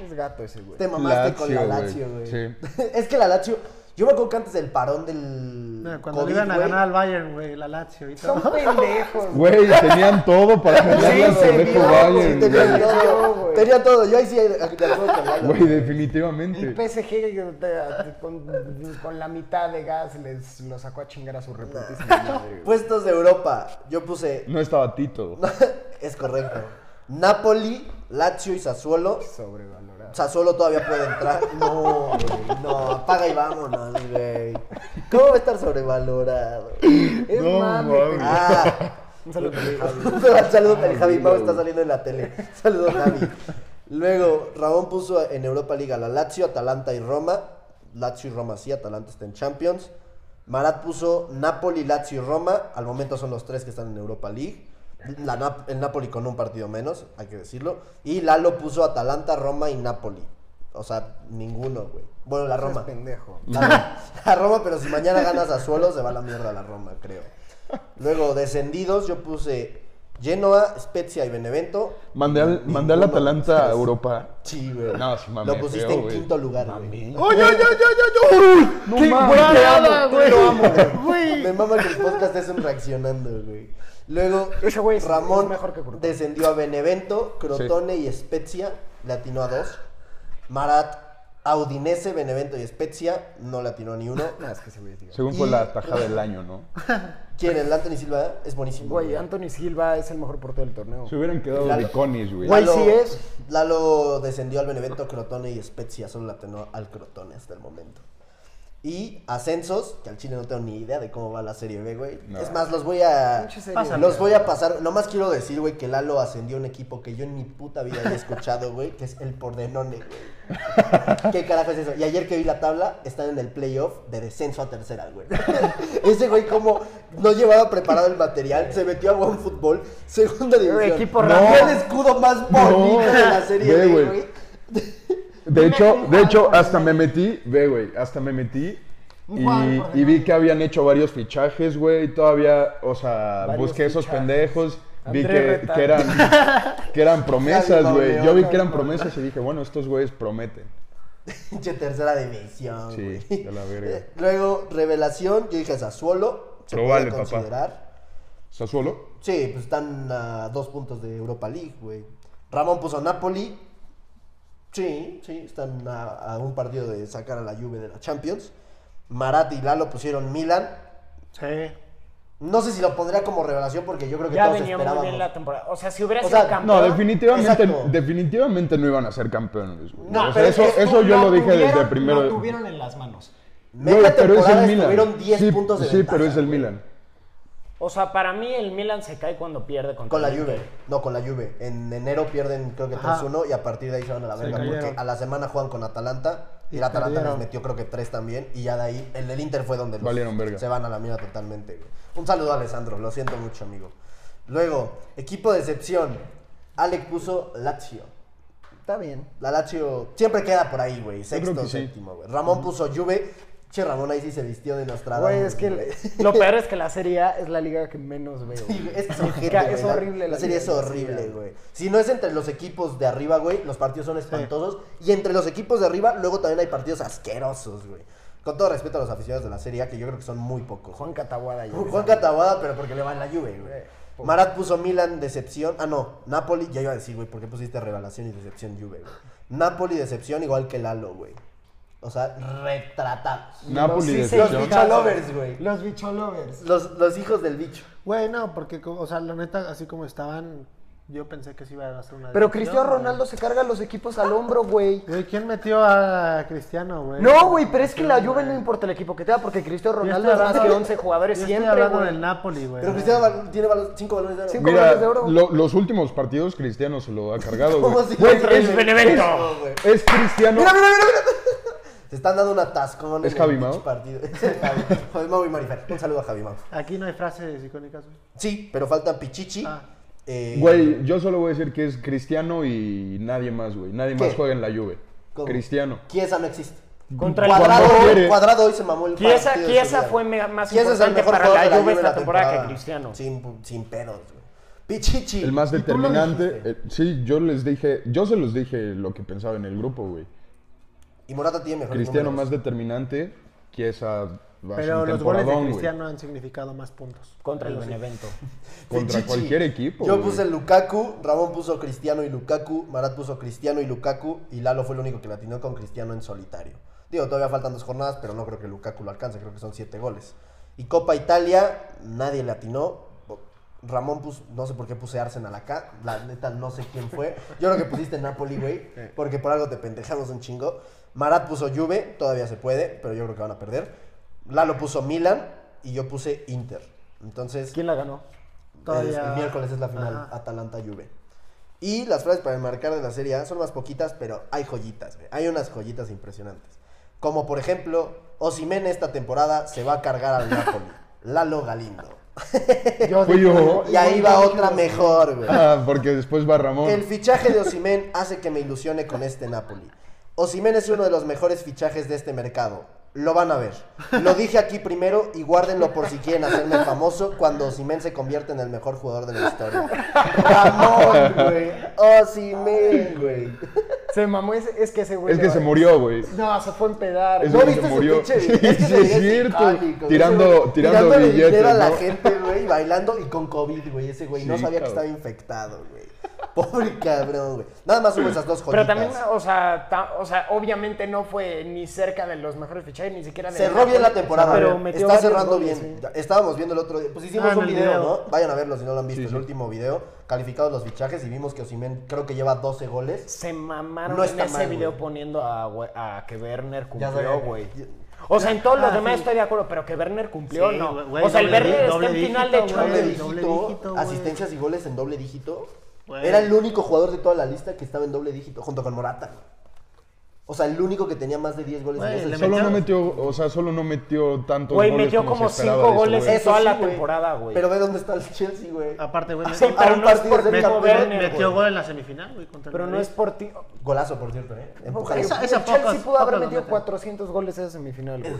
E: Es gato ese, güey.
B: Te mamaste con la
D: Lazio,
B: Lazio, güey.
D: güey. Sí.
B: [LAUGHS] es que la Lazio. Yo me acuerdo que antes del parón del.
C: no, cuando
B: COVID,
C: le iban a
B: güey,
C: ganar al Bayern, güey, la Lazio y
E: Son [LAUGHS]
C: todo.
E: pendejos, güey.
D: Güey, tenían todo para ganar
E: Sí,
D: la
E: se
D: pendejo
E: vio,
D: Bayern,
E: sí, te
B: Tenían
D: güey.
E: vio.
B: todo.
E: güey.
B: Tenían todo. Yo ahí sí de acuerdo con Lalo.
D: Güey,
E: El
D: definitivamente.
E: PSG que te- con, con la mitad de gas les lo sacó a chingar a su [LAUGHS] reputísima madre. güey.
B: Puestos de Europa. Yo puse. [LAUGHS]
D: No estaba Tito.
B: es correcto. Napoli, Lazio y Sassuolo.
E: Sobrevalorado.
B: Sassuolo todavía puede
D: [LAUGHS]
B: entrar. No, güey, no. Apaga y vámonos, güey. ¿Cómo va a estar sobrevalorado?
E: Es
D: No,
E: mame,
D: mames.
E: pendejo.
B: Ah.
E: [LAUGHS] Un saludo.
B: Un saludo para el Javi Mau, está saliendo en la tele. Saludo, Javi. Luego, Ramón puso en Europa Liga la Lazio, Atalanta y Roma. Lazio y Roma sí, Atalanta está en Champions. Marat puso Napoli, Lazio y Roma. Al momento son los tres que están en Europa League. La Nap- el Napoli con un partido menos, hay que decirlo. Y Lalo puso Atalanta, Roma y Napoli. O sea, ninguno, güey. Bueno, la Roma.
E: Es pendejo.
B: La, la Roma, pero si mañana ganas a suelo, se va la mierda la Roma, creo. Luego, descendidos, yo puse Genoa, Spezia y Benevento.
D: Mandé al, mandé al
B: Ninguno.
D: Atalanta a Europa.
B: Sí, güey.
D: No, sí, mami,
B: Lo pusiste
D: feo,
B: en
D: güey.
B: quinto lugar,
D: Mami.
B: güey.
C: ¡Oye, oye, oye,
D: No
C: oye!
D: mames.
C: ¡Qué güey!
B: Lo amo, güey.
C: Güey.
B: Me mama que el podcast es un reaccionando, güey. Luego,
E: Ese güey es-
B: Ramón
E: es mejor que Crotone.
B: descendió a Benevento, Crotone y Spezia, le atinó a dos. Marat, Audinese, Benevento y Spezia, no le atinó a ni uno.
E: Nada, es que ese güey es idiota.
D: Según fue la tajada del año, ¿no?
B: ¿Quién? El Anthony Silva es buenísimo.
E: Güey, Anthony Silva es el mejor portero del torneo.
D: Se hubieran quedado
B: La-
D: de conis, güey.
E: Güey, sí es.
B: Lalo descendió al Benevento, Crotone y Spezia. Solo la atenó al Crotone hasta el momento. Y ascensos, que al Chile no tengo ni idea de cómo va la Serie B, güey.
D: No.
B: Es más, los voy a.
E: Pinche Serie B.
B: Los voy a pasar. Nomás quiero decir, güey, que Lalo ascendió un equipo que yo en mi puta vida había escuchado, [LAUGHS] güey, que es el Pordenone, güey. [LAUGHS] ¿Qué carajo es eso? Y ayer que vi la tabla, están en el playoff de descenso a tercera, güey. [LAUGHS] Ese güey, como no llevaba preparado el material, se metió a buen fútbol, segunda división.
E: equipo
B: no.
E: raro.
B: el escudo más bonito de la Serie B,
D: Ve, güey.
B: güey.
D: De hecho, de hecho, hasta me metí, ve, güey, hasta me metí. Y, y vi que habían hecho varios fichajes, güey. Todavía, o sea,
F: Varios
D: busqué esos
F: fichajes.
D: pendejos. Vi
F: Andrés
D: que,
F: Retal.
D: que eran,
B: [LAUGHS]
D: que eran promesas,
B: Javi
D: güey.
B: Pauleón,
D: Yo vi que eran
B: cabrón.
D: promesas y dije, bueno, estos güeyes prometen.
B: Pinche tercera división.
D: Sí,
B: güey.
D: de la verga.
B: Eh, Luego, revelación, yo dije Sassuolo. Se
D: Pero
B: puede
D: vale, papá.
B: considerar.
D: ¿Sassuolo?
B: Sí, pues están a dos puntos de Europa League, güey. Ramón puso Napoli. Sí, sí, están a, a un partido de sacar a la Juve de la Champions. Marat y Lalo pusieron Milan.
C: Sí.
B: No sé si lo pondría como revelación porque yo creo que
F: Ya
B: todos
F: venía muy
B: esperábamos.
F: bien la temporada. O sea, si hubiera
B: O
F: sido
B: sea,
F: campeón.
D: No, definitivamente,
B: Exacto.
D: definitivamente no iban a ser campeones, güey.
B: No,
D: O sea,
B: pero es
D: eso,
B: que
D: eso yo lo dije desde
F: Lo
D: primero.
F: tuvieron en las manos.
B: Media
D: Güey,
B: temporada estuvieron 10
D: sí,
B: puntos de
D: sí, pero es
B: ventaja,
D: el
B: güey.
D: Milan.
F: O sea, para mí el Milan se cae cuando pierde contra
B: Con la
F: el
B: Juve.
F: Inter.
B: No, con la Juve. En enero pierden creo que
C: Ajá.
B: 3-1 y a partir de ahí se van a la verga
C: cayeron.
B: porque a la semana juegan con Atalanta y
C: Y
B: el Atalanta
C: perdieron.
B: les metió creo que 3 también y ya de ahí el del Inter fue donde los-
D: Valieron verga.
B: se van a la mierda totalmente. güey. Un saludo a Alessandro, lo siento mucho, amigo. Luego, equipo de excepción. Alec puso Lazio. Está bien. La Lazio siempre queda por ahí, güey. Sexto,
D: que sí.
B: séptimo, güey. Ramón puso Juve. Che, Ramón ahí sí se vistió de Nostradamus.
F: Güey, es que [LAUGHS] lo peor es que
E: [LAUGHS]
F: la Serie A es la liga que menos veo.
B: Sí, güey, es que es horrible,
F: Ca-
B: güey.
F: es
B: La-
F: horrible
B: La,
F: la
B: serie es
F: liga, la
B: horrible,
F: liga.
B: güey. Si no es entre los equipos de arriba, güey, los partidos son espantosos. Y entre los equipos de arriba, luego también hay partidos asquerosos, güey. Con todo respeto a los aficionados de la Serie A, que yo creo que son muy pocos.
E: Juan Cataguada. ya.
B: Juan Cataguada, pero porque le va en la Juve, güey. Marat puso Milan, decepción. Ah, no, Napoli, ya iba a decir, güey, ¿por qué pusiste revelación y decepción Juve, güey? Napoli, decepción, igual que Lalo, güey. O sea, retratados.
D: Napoli,
F: sí, sí,
B: Los
D: decepción.
F: sí,
B: bicholovers, güey.
F: Los bicholovers.
B: Los, los hijos del bicho.
C: Güey, no, porque, co- o sea, la neta, así como estaban, yo pensé que sí iba a ser una.
E: Pero
C: decepción,
E: Cristiano
C: güey.
E: Ronaldo se carga los equipos al hombro, güey.
C: Güey, ¿quién metió a Cristiano, güey?
E: No, güey, pero es que la Juve no importa el equipo que te da porque Cristiano
C: Yo estoy
E: Ronaldo es más que
C: hablando-
E: 11 jugadores
C: yo
E: siempre,
C: Estoy hablando
E: güey.
C: del Napoli, güey.
B: Pero Cristiano Val- tiene 5 balones de oro.
E: Cinco
D: Mira,
E: balones de oro.
D: lo- los últimos partidos Cristiano se lo ha cargado, güey.
B: ¿Cómo se
D: Güey,
B: llama?
D: es,
B: El
D: Benevento. Es, es Cristiano.
B: Se están dando un atascón.
D: ¿Es
B: en
D: Javi
B: el
D: Mao?
B: pinche partido. Es el Javi. Javi Mao y Marifer. Un saludo a Javi Mao.
C: Aquí no hay frases icónicas, güey.
B: Sí, pero faltan Pichichi.
C: Ah.
B: eh,
D: Güey, yo solo voy a decir que es Cristiano y nadie más, güey. Nadie más
B: ¿Qué?
D: juega en la Juve.
B: ¿cómo?
D: Cristiano.
B: Chiesa no existe.
F: Contra el
B: Cuadrado,
D: Cuando quiere.
B: cuadrado hoy se mamó el
F: Chiesa-
B: partido de
F: Chiesa
B: su vida,
F: fue
B: güey.
F: me- más
B: Chiesa es el
F: importante
B: mejor
F: para
B: jugador
F: la
B: de
F: Juve
B: en
F: esta temporada que Cristiano.
B: Sin, sin pedos, güey. Pichichi.
D: El más
B: Y tú lo
D: determinante.
B: dijiste.
D: eh, sí, yo les dije, yo se los dije lo que pensaba en el grupo, güey.
B: Y Morata tiene mejor.
D: Cristiano más determinante, Chiesa va
C: Pero
D: a ser un
C: los goles de
D: temporadón, güey.
C: Cristiano han significado más puntos.
F: Contra el Benevento.
D: Contra cualquier equipo,
B: Yo
D: güey.
B: puse Lukaku, Ramón puso Cristiano y Lukaku, Marat puso Cristiano y Lukaku y Lalo fue el único que la atinó con Cristiano en solitario. Digo, todavía faltan dos jornadas, pero no creo que Lukaku lo alcance, creo que son siete goles. Y Copa Italia, nadie le atinó. Ramón puso, no sé por qué puse Arsenal acá, la neta no sé quién fue. Yo creo que pusiste Napoli, güey, porque por algo te pendejamos un chingo. Marat puso Juve, todavía se puede, pero yo creo que van a perder. Lalo puso Milan y yo puse Inter. Entonces,
F: ¿Quién la ganó?
B: el,
C: Todavía-
B: el miércoles
C: [LAUGHS]
B: es la final
C: Ajá.
B: Atalanta-Juve. Y las frases para marcar de la Serie A son más poquitas, pero hay joyitas, güey. Hay unas joyitas impresionantes. Como por ejemplo, Osimhen esta temporada se va a cargar al [LAUGHS] Napoli. Lalo Galindo.
F: Yo
D: Fui yo. [LAUGHS]
B: Y ahí va otra mejor, güey.
D: Ah, porque después va Ramón.
B: El fichaje de Osimén hace que me ilusione con este Napoli. Osimén es uno de los mejores fichajes de este mercado. Lo van a ver. Lo dije aquí primero y guárdenlo por si quieren hacerme famoso cuando Osimén se convierte en el mejor jugador de la historia. Ramón, güey. Osimén, güey.
F: Se mamó, ese- es que ese güey.
D: es
F: le
D: que
F: va-
D: se murió, güey.
F: No, se fue a empedar.
D: Es
B: ¿No
D: que
B: viste
D: se
B: ese
D: murió.
B: pinche
D: [LAUGHS] Sí,
B: video? Es que
D: sí,
B: ese
D: es
B: video
D: cierto.
B: icónico, güey.
D: Tirando-
B: Ese güey
D: tirando
B: tirándole
D: billetes,
B: dinero a la
D: ¿no?
B: gente, güey, bailando y con COVID, güey. Ese güey no
D: Sí,
B: sabía que
D: cabrón.
B: estaba infectado, güey. Pobre cabrón, güey. Nada más hubo esas dos
F: Pero
B: joyitas.
F: también, o sea, ta- o sea, obviamente no fue ni cerca de los mejores fichajes, ni siquiera de.
B: Cerró bien la temporada,
F: Pero
B: güey.
F: metió
B: está
F: varios
B: cerrando
F: goles,
B: bien.
F: sí.
B: Estábamos viendo el otro día, pues hicimos
C: Ah, en
B: un
C: el
B: video,
C: video.
B: ¿no? Vayan a verlo si no lo han visto,
D: Sí,
B: el
D: sí.
B: último video, calificados los fichajes y vimos que Osimén creo que lleva 12 goles.
F: Se mamaron
B: No
F: en
B: está
F: ese
B: mal,
F: video
B: güey.
F: poniendo a, we- a que Werner
B: Ya sabía
F: cumplió,
B: que-
F: güey.
E: O sea, en todo lo
C: Ah,
E: demás
C: sí.
E: estoy de acuerdo, pero que Werner cumplió,
C: Sí,
E: no.
C: güey,
E: o sea, el
C: doble
E: Werner
C: dí-
E: está
C: doble
E: en final de
C: dígito, güey.
B: Doble
C: Doble
E: Champions.
B: dígito,
C: dígito, güey.
B: asistencias y goles en doble dígito.
C: Güey.
B: Era el único jugador de toda la lista que estaba en doble dígito, junto con Morata. O sea, el único que tenía más de 10 goles.
C: Güey,
B: en
C: le
B: ese
D: Solo
C: metió-
D: no metió, o sea, solo no metió tantos
E: Güey,
D: goles
E: metió como
D: se esperaba
E: cinco
D: de este
E: goles.
D: güey.
E: Eso toda la
B: güey.
E: temporada, güey.
B: Pero ve dónde está el Chelsea, güey. Ah,
C: Aparte, güey,
E: Sí,
C: metió-
E: pero
B: un
E: no es
B: partido
E: por
B: del
E: mismo
B: campeón,
E: Werner,
C: metió
E: güey.
C: gol en la semifinal, güey, contra el
F: Pero no
C: Madrid.
F: es por ti. o-
B: Golazo, por cierto, ¿eh? Empujado.
F: Esa, esa
C: Esa- esa
F: el Chelsea
C: pocas-
F: pudo haber
C: pocas lo
F: metido
C: meten.
F: 400 goles esa semifinal. güey.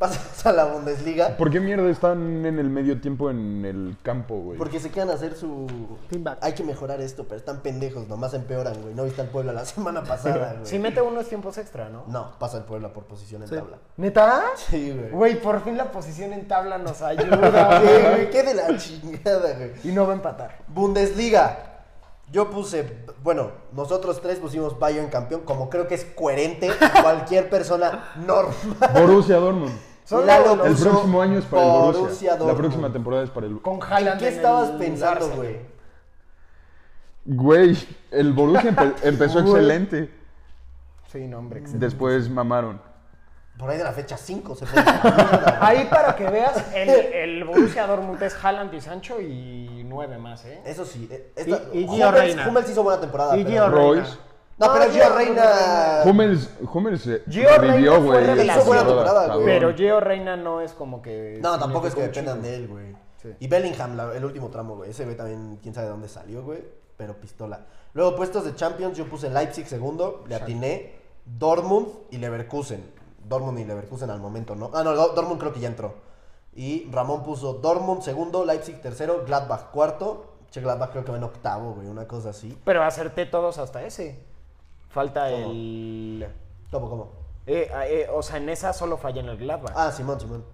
B: Pasas a la Bundesliga
D: ¿Por qué mierda están en el medio tiempo en el campo, güey?
B: porque se quedan a hacer su...
C: Team back.
B: Hay que mejorar esto, pero están pendejos, nomás empeoran, güey. No viste al Puebla la [LAUGHS]
F: [LAUGHS]
B: semana pasada, güey.
F: Si mete unos tiempos extra, ¿no?
B: No, pasa el Puebla por posición en tabla. [LAUGHS]
F: ¿Neta?
B: Sí, güey.
F: Güey, por fin la posición en tabla nos
B: Sí,
F: ayuda. güey.
B: güey, qué de la chingada, güey.
F: y no va a empatar.
B: Bundesliga. Yo puse, bueno, nosotros tres pusimos Bayern campeón, como creo que es coherente cualquier persona normal.
D: Borussia Dortmund.
F: Solo
B: Lalo
F: los-
D: El
B: puso
D: próximo año es para el Borussia. La
B: Dortmund.
D: próxima temporada es para el
F: Con
B: ¿En
F: Haaland
B: qué
F: el
B: estabas pensando,
F: Arsenal.
B: güey?
D: Güey, el Borussia
B: [LAUGHS]
D: empe- empezó excelente.
F: Sí, no, hombre. excelente.
D: Después mamaron.
B: Por ahí de la fecha 5 se fue. a la mierda, güey.
F: Ahí para que veas, el, el Borussia Dortmund es Haaland y Sancho y nueve más, ¿eh?
B: Eso sí. eh, Esta,
C: Y- y Gio
B: Hummels-
C: Reina.
B: Hummels hizo buena temporada.
C: Y
B: pero-
C: Gio Reina.
D: Royce.
B: No, pero
F: No,
B: Gio
F: Gio
B: Reina.
D: Hummels, Hummels se
F: Gio Reina
D: revivió,
F: fue
D: güey.
F: revelación.
D: esta
F: Hizo buena
B: temporada, güey.
D: cabrón.
F: Pero Gio Reina no es como que.
B: No, tampoco es que
F: significó
B: dependan
F: un
B: de él, güey. Y Bellingham, la- el último tramo, güey. Ese güey también, quién sabe de dónde salió, güey. Pero pistola. Luego, puestos de Champions, yo puse Leipzig segundo, le atiné. Dortmund y Leverkusen. Dortmund y Leverkusen al momento, ¿no? Ah, no, Do- Dortmund creo que ya entró. Y Ramón puso Dortmund segundo, Leipzig tercero, Gladbach cuarto. Che, Gladbach creo que va en octavo, güey, una cosa así.
F: Pero acerté todos hasta ese. Falta el.
B: ¿Cómo, cómo?
F: eh, ah, eh, o sea, en esa solo falla en el Gladbach.
B: Ah, Simón, Simón.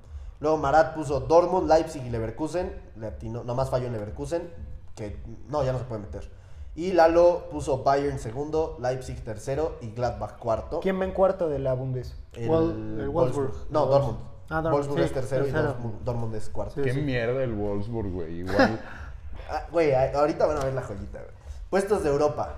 B: Luego Marat puso Dortmund, Leipzig y Leverkusen. Le atinó, nomás falló en Leverkusen, que no, ya no se puede meter. Y Lalo puso Bayern segundo, Leipzig tercero y Gladbach cuarto.
F: ¿Quién va en cuarto de la Bundes?
B: El,
C: Wol- el
B: Wolfsburg.
C: Wolfsburg.
B: No, Dortmund.
C: Ah, Dortmund,
B: Wolfsburg
C: sí,
B: es tercero, y
C: tercero.
B: Dortmund, Dortmund es cuarto.
D: Qué mierda el Wolfsburg,
B: [LAUGHS]
D: güey. Igual.
B: Ah, Güey, a- ahorita van a ver la joyita, güey. Puestos de Europa.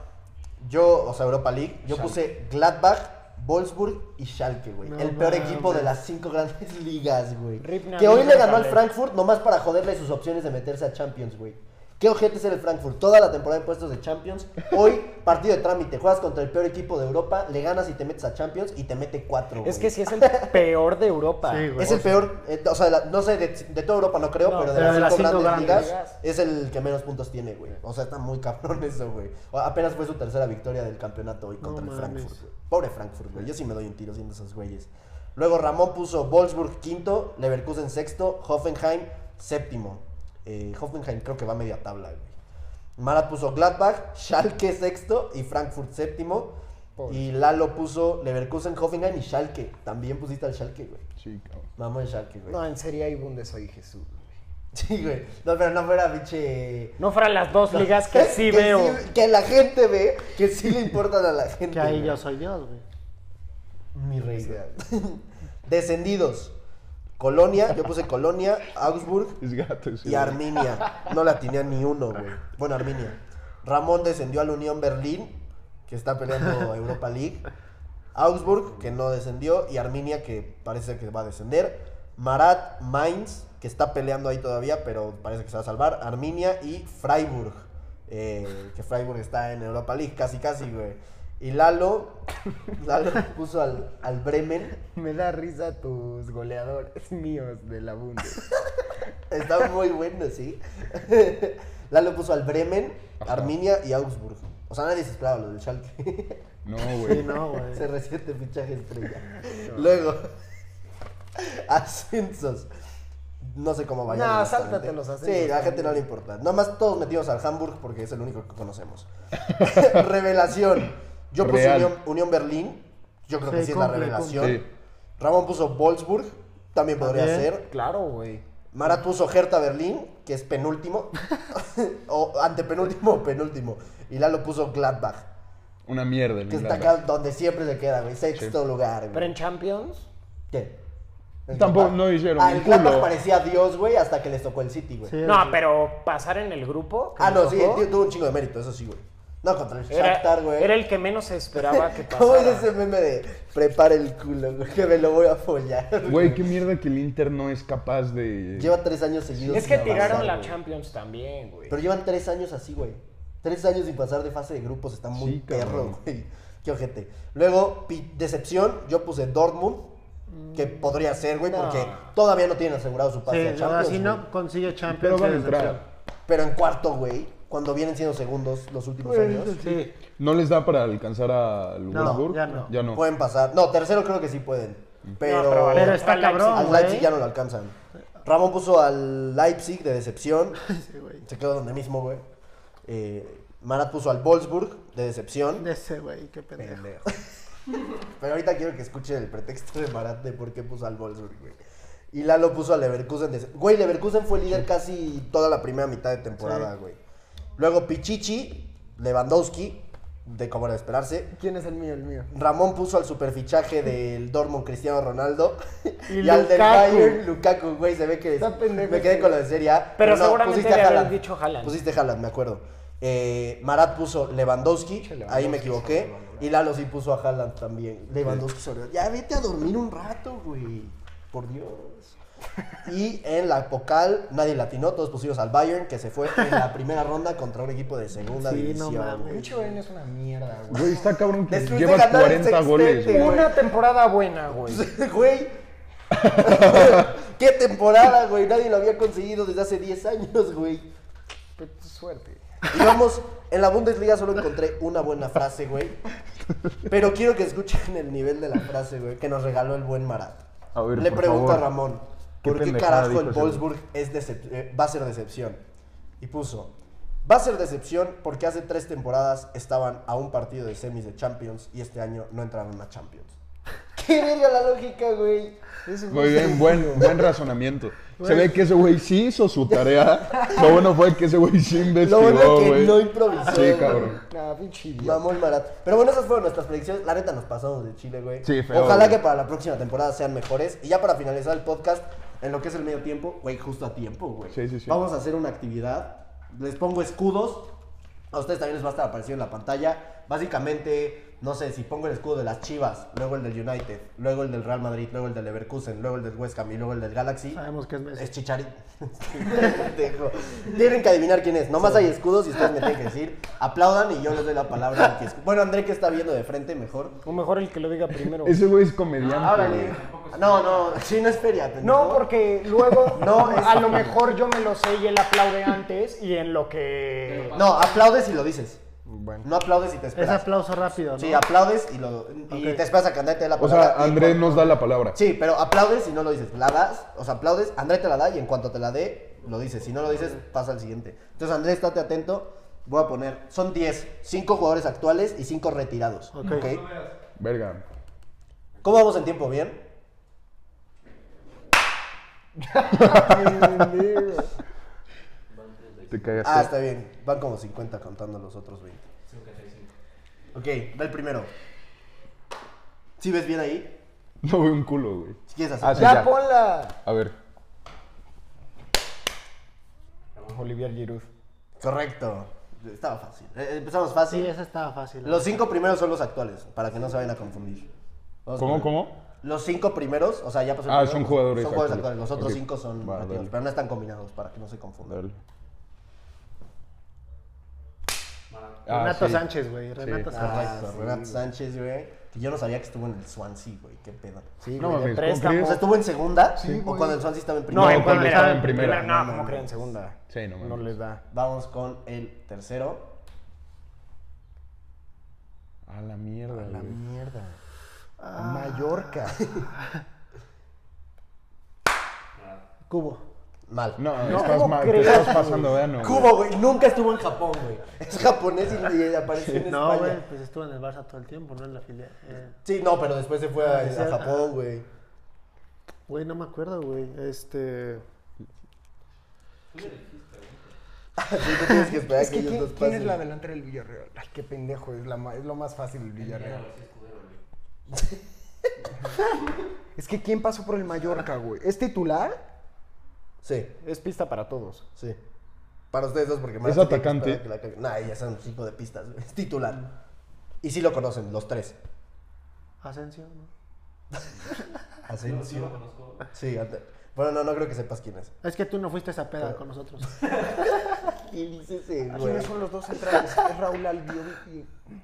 B: Yo, o sea, Europa League, yo puse Gladbach, Wolfsburg y Schalke, güey.
C: No
B: el peor
C: mames.
B: equipo de las cinco grandes [LAUGHS] ligas, güey.
F: Rip
B: Que hoy
F: Nabil
B: le ganó al
F: Fekale.
B: Frankfurt nomás para joderle sus opciones de meterse a Champions, güey. Qué ojete es el Frankfurt. Toda la temporada en puestos de Champions. Hoy, partido de trámite. Juegas contra el peor equipo de Europa, le ganas y te metes a Champions y te mete cuatro, güey.
F: Es que si es el [LAUGHS] peor de Europa.
C: Sí, güey.
B: Es el peor, eh, o sea, de la- no sé, de, de toda Europa no creo,
C: No,
B: pero de
C: pero
B: las
C: de las
B: cinco
C: cinco
B: grandes,
C: grandes
B: ligas
F: ligas.
B: es el que menos puntos tiene, güey. O sea, está muy cabrón [LAUGHS] eso, güey. O- Apenas fue su tercera victoria del campeonato hoy contra
C: No
B: el
C: mames.
B: Frankfurt. güey. Pobre Frankfurt, güey. Yo sí me doy un tiro siendo esos güeyes. Luego Ramón puso Wolfsburg quinto, Leverkusen sexto, Hoffenheim séptimo. Eh, Hoffenheim creo que va a media tabla, güey. Marat puso Gladbach, Schalke sexto y Frankfurt séptimo. Y Lalo puso Leverkusen, Hoffenheim y Schalke. También pusiste al Schalke, güey.
D: Sí, cabrón.
B: Vamos al Schalke, güey.
F: No, en Serie A y Bundes hoy Jesús. güey.
B: [LAUGHS] Sí, güey. No, pero no fuera pinche.
F: No fueran las dos ligas que sí veo.
B: que la gente ve, que sí le importan a la gente.
C: Que ahí
B: güey.
C: yo soy
B: [LAUGHS]
C: Dios, güey.
B: Mi rey. [LAUGHS] Descendidos. Colonia, yo puse Colonia, Augsburg
D: Es gato ese.
B: y
D: güey.
B: Arminia. No la tenía ni uno, güey. Bueno, Arminia. Ramón descendió a la Unión Berlín, que está
F: [LAUGHS]
B: peleando Europa League. Augsburg, que no descendió. Y Arminia, que parece que va a descender. Marat, Mainz, que está peleando ahí todavía, pero parece que se va a salvar. Arminia y Freiburg, eh, que Freiburg está en Europa League, casi, casi, güey.
F: [LAUGHS]
B: Y Lalo, Lalo puso al, al Bremen.
F: Me da risa tus goleadores míos de la Bundes.
B: Está muy bueno, sí. [LAUGHS] Lalo puso al Bremen, Arminia y Augsburg. O sea, nadie se esperaba lo del
D: [LAUGHS]
B: Schalke.
D: No,
C: Sí,
D: güey.
C: no, güey.
B: Se reciente fichaje estrella. Luego, [LAUGHS] ascensos. No sé cómo vayan.
F: No,
B: honestamente.
F: sáltate los
B: Sí,
F: ascensos
B: a la gente no le importa. Nomás todos metidos al Hamburg porque es el único que
D: [LAUGHS]
B: conocemos. revelación. Yo puse
D: Real.
B: Unión, Unión Berlín. Yo creo
C: Sí,
B: que sí es la
C: cumple,
B: revelación.
D: cumple. Sí.
B: Ramón puso Wolfsburg. También podría
C: También.
B: ser.
F: Claro, güey.
B: Marat puso Hertha Berlín, que es penúltimo, o antepenúltimo o penúltimo. Y Lalo puso Gladbach,
D: Una mierda. el
B: que está
D: Gladbach.
B: acá donde siempre se queda, güey. Sexto lugar,
F: Pero en
B: güey.
F: Champions.
B: ¿Qué? El
D: Tampoco,
B: Gladbach.
D: no hicieron
B: Ah,
D: un
B: el Gladbach
D: culo.
B: parecía Dios, güey, hasta que les tocó el City, güey.
C: Sí,
F: No, pero pasar en el grupo. que
B: ah, no,
F: nos
B: sí,
F: tocó,
B: tío, tuvo un chingo de mérito, eso sí, güey. No, contra el
E: Era,
B: Shakhtar, güey.
E: era el que menos se esperaba que
B: [LAUGHS] ¿Cómo es
E: pasara.
B: ese meme de prepara el culo, güey, [LAUGHS] que me lo voy a follar?
D: Güey, qué mierda que el Inter no es capaz de...
B: Lleva tres años seguidos.
E: Es
B: sin
E: que
B: avanzar,
E: tiraron la
B: güey.
E: Champions también, güey.
B: Pero llevan tres años así, güey. Tres años sin pasar de fase de grupos. Está muy
D: Sí, cabrón.
B: perro, güey. Qué ojete. Luego, pi- decepción. Yo puse Dortmund. Que podría ser, güey, porque todavía no tienen asegurado su pase
C: Mm. Sí,
B: a
C: no,
B: Champions.
C: si
B: güey.
C: no consigue Champions.
D: Pero van a
C: es decepción.
D: entrar.
B: Pero en cuarto, güey, cuando vienen siendo segundos los últimos años,
C: Sí.
D: ¿No les da para alcanzar al
C: No,
D: Wolfsburg?
C: ya no.
D: Ya no. Mm.
B: pueden pasar. No, tercero creo que sí pueden. Pero,
E: pero vale.
C: Pero está
E: Leipzig.
C: cabrón,
B: al
C: güey.
B: Leipzig ya no lo alcanzan. Ramón puso al Leipzig de
C: [LAUGHS]
B: decepción.
C: Sí, güey.
B: Se quedó donde mismo, güey. Eh, Marat puso al Wolfsburg de decepción.
C: De ese, güey, qué pendejo.
B: [LAUGHS] Pero ahorita quiero que escuche el pretexto de Marat de por qué puso al Wolfsburg, güey. Y Lalo puso al Leverkusen. de- Güey, Leverkusen fue líder casi toda la primera mitad de temporada, güey. Luego Pichichi, Lewandowski, de como era de esperarse.
F: ¿Quién es el mío? El mío.
B: Ramón puso al superfichaje del Dortmund Cristiano Ronaldo. Y,
F: Y
B: al del
F: Lukaku.
B: Bayern, Lukaku, güey. Se ve que
F: Está pendejo
B: me quedé
F: este
B: con la de Serie A.
E: Pero seguramente
B: pusiste a
E: le habrás
B: Haaland.
E: dicho Haaland.
B: Pusiste Haaland, me acuerdo. Eh, Marat puso Lewandowski, ahí me equivoqué. Y Lalo sí puso a Haaland también. Lewandowski sobre. Ya vete a dormir un rato, güey. Por Dios. Y en la Pocal nadie latinó, todos pusimos al Bayern, que se fue en la primera ronda contra un equipo de segunda
C: Sí, no
B: división.
C: mames.
B: güey.
F: Pinche Bayern es una mierda, güey.
D: Güey, está cabrón que
B: Después de
D: llevas
B: ganar el
D: 40 goles,
B: sextete,
D: güey.
F: Una temporada buena, güey.
B: [LAUGHS] Güey. Qué temporada, güey. Nadie lo había conseguido desde hace 10 años, güey.
F: Pero tu suerte.
B: Y vamos, en la Bundesliga solo encontré una buena frase, güey. Pero quiero que escuchen el nivel de la frase, güey, que nos regaló el buen Marat.
D: A ver,
B: Le
D: por
B: pregunto
D: favor.
B: a Ramón,
D: ¿Qué
B: ¿por qué
D: pendejada
B: carajo
D: dijo
B: el
D: ese
B: Wolfsburg es decep- eh, va a ser decepción? Y puso, va a ser decepción porque hace tres temporadas estaban a un partido de semis de Champions y este año no entraron a Champions. ¡Qué verga la lógica, güey!
F: Es un-
D: Muy
B: [LAUGHS]
D: bien, buen, buen razonamiento. Se ve que ese güey sí hizo
B: [LAUGHS]
D: su tarea. Lo bueno fue que ese güey sí
B: Lo bueno
D: investigó,
B: que
D: güey.
B: no improvisó.
D: Sí,
B: güey.
D: cabrón.
F: Nah, pinche idiota.
B: Mamón Marat. Pero bueno, esas fueron nuestras predicciones. La neta nos pasamos de Chile, güey.
D: Sí, feo,
B: Ojalá
D: güey.
B: que para la próxima temporada sean mejores. Y ya para finalizar el podcast, en lo que es el medio tiempo, güey, justo a tiempo, güey.
D: Sí, sí, sí.
B: Vamos a hacer una actividad. Les pongo escudos. A ustedes también les va a estar apareciendo en la pantalla. Básicamente, no sé, si pongo el escudo de las Chivas, luego el del United, luego el del Real Madrid, luego el del Leverkusen, luego el del West Ham y luego el del Galaxy.
C: Sabemos que es Messi.
B: Es Chicharito. [LAUGHS] Pendejo. tienen que adivinar quién es. Nomás hay escudos y ustedes me tienen que decir. Aplaudan y yo les doy la palabra. al que escu- Bueno, André que está viendo de frente, mejor. Eh,
E: O mejor el que lo diga primero.
D: Ese güey es comediante. güey.
B: No, no, sí, no es feria. pendejo.
F: No, porque luego
B: No, es-
F: a lo mejor yo me lo sé y él aplaude antes y en lo que...
B: No, aplaudes y lo dices.
D: Bueno.
B: No aplaudes y te
C: Es
B: esperas.
C: aplauso rápido, ¿no?
B: Sí, aplaudes y, lo, y
C: Ok.
B: te esperas a que André te dé la
D: O
B: palabra.
D: sea,
B: Y
D: André
B: cuando-
D: nos da la palabra.
B: Sí, pero aplaudes y no lo dices. La das, o sea, aplaudes, André te la da y en cuanto te la dé, lo dices. Si no lo dices, pasa al siguiente. Entonces, André, estate atento. Voy a poner, son 10, 5 jugadores actuales y 5 retirados.
C: Ok.
B: ¿ok?
D: Verga.
B: ¿Cómo vamos en tiempo? ¿Bien?
D: Te cagaste.
B: Ah, está bien. Van como 50 contando los otros 20. 55. Ok, va el primero. ¿Sí ves bien ahí?
D: [LAUGHS] No veo un culo, güey.
B: Si quieres
D: Ah,
B: hacer.
D: sí, ya.
F: ponla!
D: A ver.
E: Olivier Giroud.
B: Correcto. Estaba fácil. Eh, empezamos fácil.
C: Sí, esa estaba fácil.
B: Los cinco primeros son los actuales, para que no se vayan a confundir. Vamos
D: ¿Cómo,
B: con-
D: cómo?
B: Los cinco primeros, o sea, ya pasó el
D: Ah,
B: primero, pues,
D: son jugadores
B: Son jugadores actuales.
D: actuales.
B: Los otros
D: Ok.
B: cinco son
D: Va,
B: retirados,
D: dale.
B: pero no están combinados para que no se confundan.
D: Dale. Ah,
C: Renato
D: sí.
C: Sánchez, güey. Renato
D: Sí.
C: Sánchez.
B: Ah, Renato Sánchez, güey. Que yo no sabía que estuvo en el Swansea, güey. Qué pedo.
E: Sí,
D: No
E: güey, de
D: mames,
E: préstamo.
B: O
D: ¿cómo
B: sea,
D: crees?
B: ¿estuvo en segunda?
D: Sí,
B: ¿O
D: güey.
B: cuando el Swansea estaba en
E: No,
B: primera?
E: en
D: cuando estaba
E: primera.
D: en primera.
E: No, como creen en segunda.
D: Sí, no mames.
E: No les da.
B: Vamos con el tercero.
D: A la mierda, güey.
E: Mierda.
B: Ah. [LAUGHS]
E: Mallorca.
C: Cubo.
B: Mal.
D: No,
F: No,
D: estás
F: ¿cómo
D: mal. Te
F: crees,
D: estás pasando de ano. güey.
B: Cubo, güey. Nunca estuvo en Japón, güey. Es japonés y, y apareció
E: [LAUGHS]
B: en
C: No,
B: España.
C: güey, pues estuvo en el Barça todo el tiempo, no en la filial. Eh,
B: Sí, no, pero después se fue a,
F: Ah,
C: sí,
B: a Japón, güey.
C: Güey, no me acuerdo, güey. Este.
B: Sí, tú tienes que esperar
F: Es
B: que
F: que
B: ellos
F: ¿quién,
B: dos
F: quién es
B: pasen.
F: la delantera del Villarreal? Ay, qué pendejo, es, la ma- es lo más fácil del Villarreal. es que ¿quién pasó por el Mallorca, güey? ¿Es titular?
B: Sí,
E: Es pista para todos.
B: sí. Para ustedes dos, porque más
D: Es atacante.
B: Nah, ya son cinco de pistas. güey. Es titular. Y sí lo conocen, los tres.
C: Asensio, ¿no?
F: Ah,
B: Así. Sí, Sí, ante- bueno, no, no creo que sepas quién es.
C: Es que tú no fuiste a esa peda
B: [LAUGHS]
C: con nosotros.
B: ¿Quién es ese,
F: ¿Quiénes son los dos centrales? [LAUGHS] Es Raúl Albiol.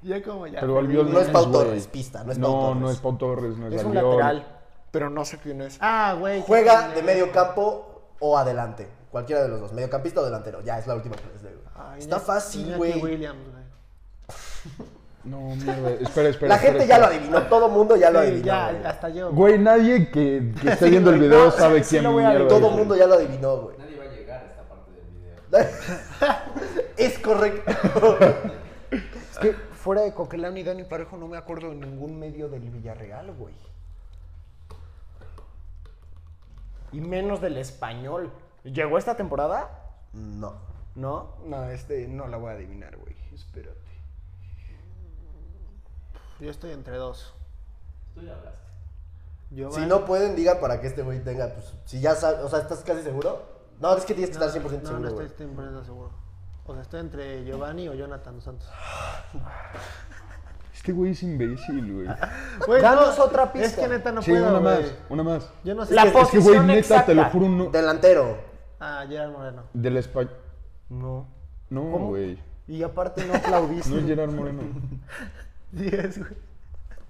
F: y-
C: ya como ya.
D: Pero Albiol
B: No es Pau
D: güey.
B: Torres, pista, no es
D: no,
B: Pau Torres.
D: No, es Pau Torres, no es,
F: Es un
D: Albiol.
F: lateral, pero no sé quién es.
C: Ah, güey. qué
B: Juega
C: pendejo.
B: de medio campo o adelante. Cualquiera de los dos, mediocampista o delantero. Ya es la última que les doy, güey.
C: Ah,
B: Está
C: Iñaki-
B: fácil,
C: Iñaki
B: güey.
C: Williams, güey.
D: No, mierda. Espera, espera.
B: La gente ya lo adivinó, todo mundo ya lo
C: Sí,
B: adivinó.
C: ya,
B: güey.
C: hasta yo.
D: Güey, nadie que, que esté
F: Sí,
D: viendo el
F: güey,
D: video
F: no,
D: sabe
F: sí
D: quién
F: lo voy a-
D: mierda
B: Todo
D: es,
B: el
D: güey.
B: mundo ya lo adivinó, güey.
G: Nadie va a llegar a esta parte del video.
B: [LAUGHS] es correcto. [LAUGHS]
F: Es que fuera de Coquelán y Dani Parejo no me acuerdo de ningún medio del Villarreal, güey.
E: Y menos del español. ¿Llegó esta temporada?
B: No.
E: ¿No?
F: No, este no la voy a adivinar, güey. Espérate.
C: Yo estoy entre dos.
G: Tú ya hablaste.
C: Yo,
B: Si no pueden, digan para que este güey tenga, pues, si ya sabes, o sea, ¿estás casi seguro? No, es que tienes que estar 100%
C: no,
B: seguro,
C: No,
B: güey.
C: estoy 100% seguro. O sea, estoy entre Giovanni o Jonathan Santos.
D: Este güey es imbécil, güey.
C: Güey,
B: Danos otra
C: Es
B: pista.
C: que neta no
D: sí,
C: puedo,
D: una
C: güey.
D: más, una más.
C: Yo no sé.
E: La
C: qué-
E: pos-
D: Es que, güey,
E: Posición
D: neta,
E: exacta.
D: te lo juro, no.
B: Delantero.
C: Ah, Gerard Moreno.
D: Del español.
F: No.
D: No, güey.
F: Y aparte no aplaudiste.
D: No es Gerard Moreno.
C: 10, güey.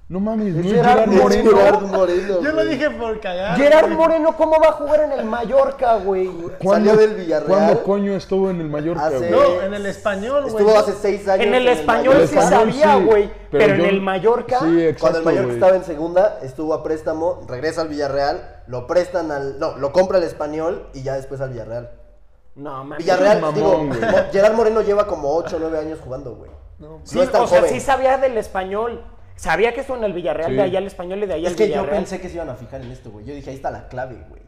D: No mames, no es
F: Gerard
D: Gerard Moreno.
B: Gerard Moreno,
C: Yo lo
B: güey.
C: dije por cagar.
F: Gerard
C: güey.
F: Moreno, ¿cómo va a jugar en el Mallorca, güey?
D: ¿Cuándo-
B: Salió del Villarreal.
D: ¿Cuándo coño estuvo en el Mallorca,
B: Hace-
D: güey?
C: No, en el español, güey.
B: Estuvo hace 6 años.
E: En el español
D: El
E: sí
B: Mallorca.
D: español
E: sabía,
D: sí,
E: güey, pero en
D: yo-
E: el Mallorca,
D: Sí, exacto,
B: Cuando el Mallorca
D: güey.
B: estaba en segunda, estuvo a préstamo, regresa al Villarreal, lo prestan al. No, lo compra el español y ya después al Villarreal.
E: No, mames.
B: Villarreal,
D: mamón,
B: digo,
D: güey.
B: Mo- Gerard Moreno lleva como 8 o 9 años jugando, güey.
C: No,
B: No
E: Sí,
B: es tan
E: o sea,
B: joven.
E: sí sabía del español. Sabía que estuvo en el Villarreal,
D: Sí.
E: de allá al español y de allá
B: es
E: al
B: que yo
E: Villarreal.
B: pensé que se iban a fijar en esto, güey. Yo dije, ahí está la clave, güey.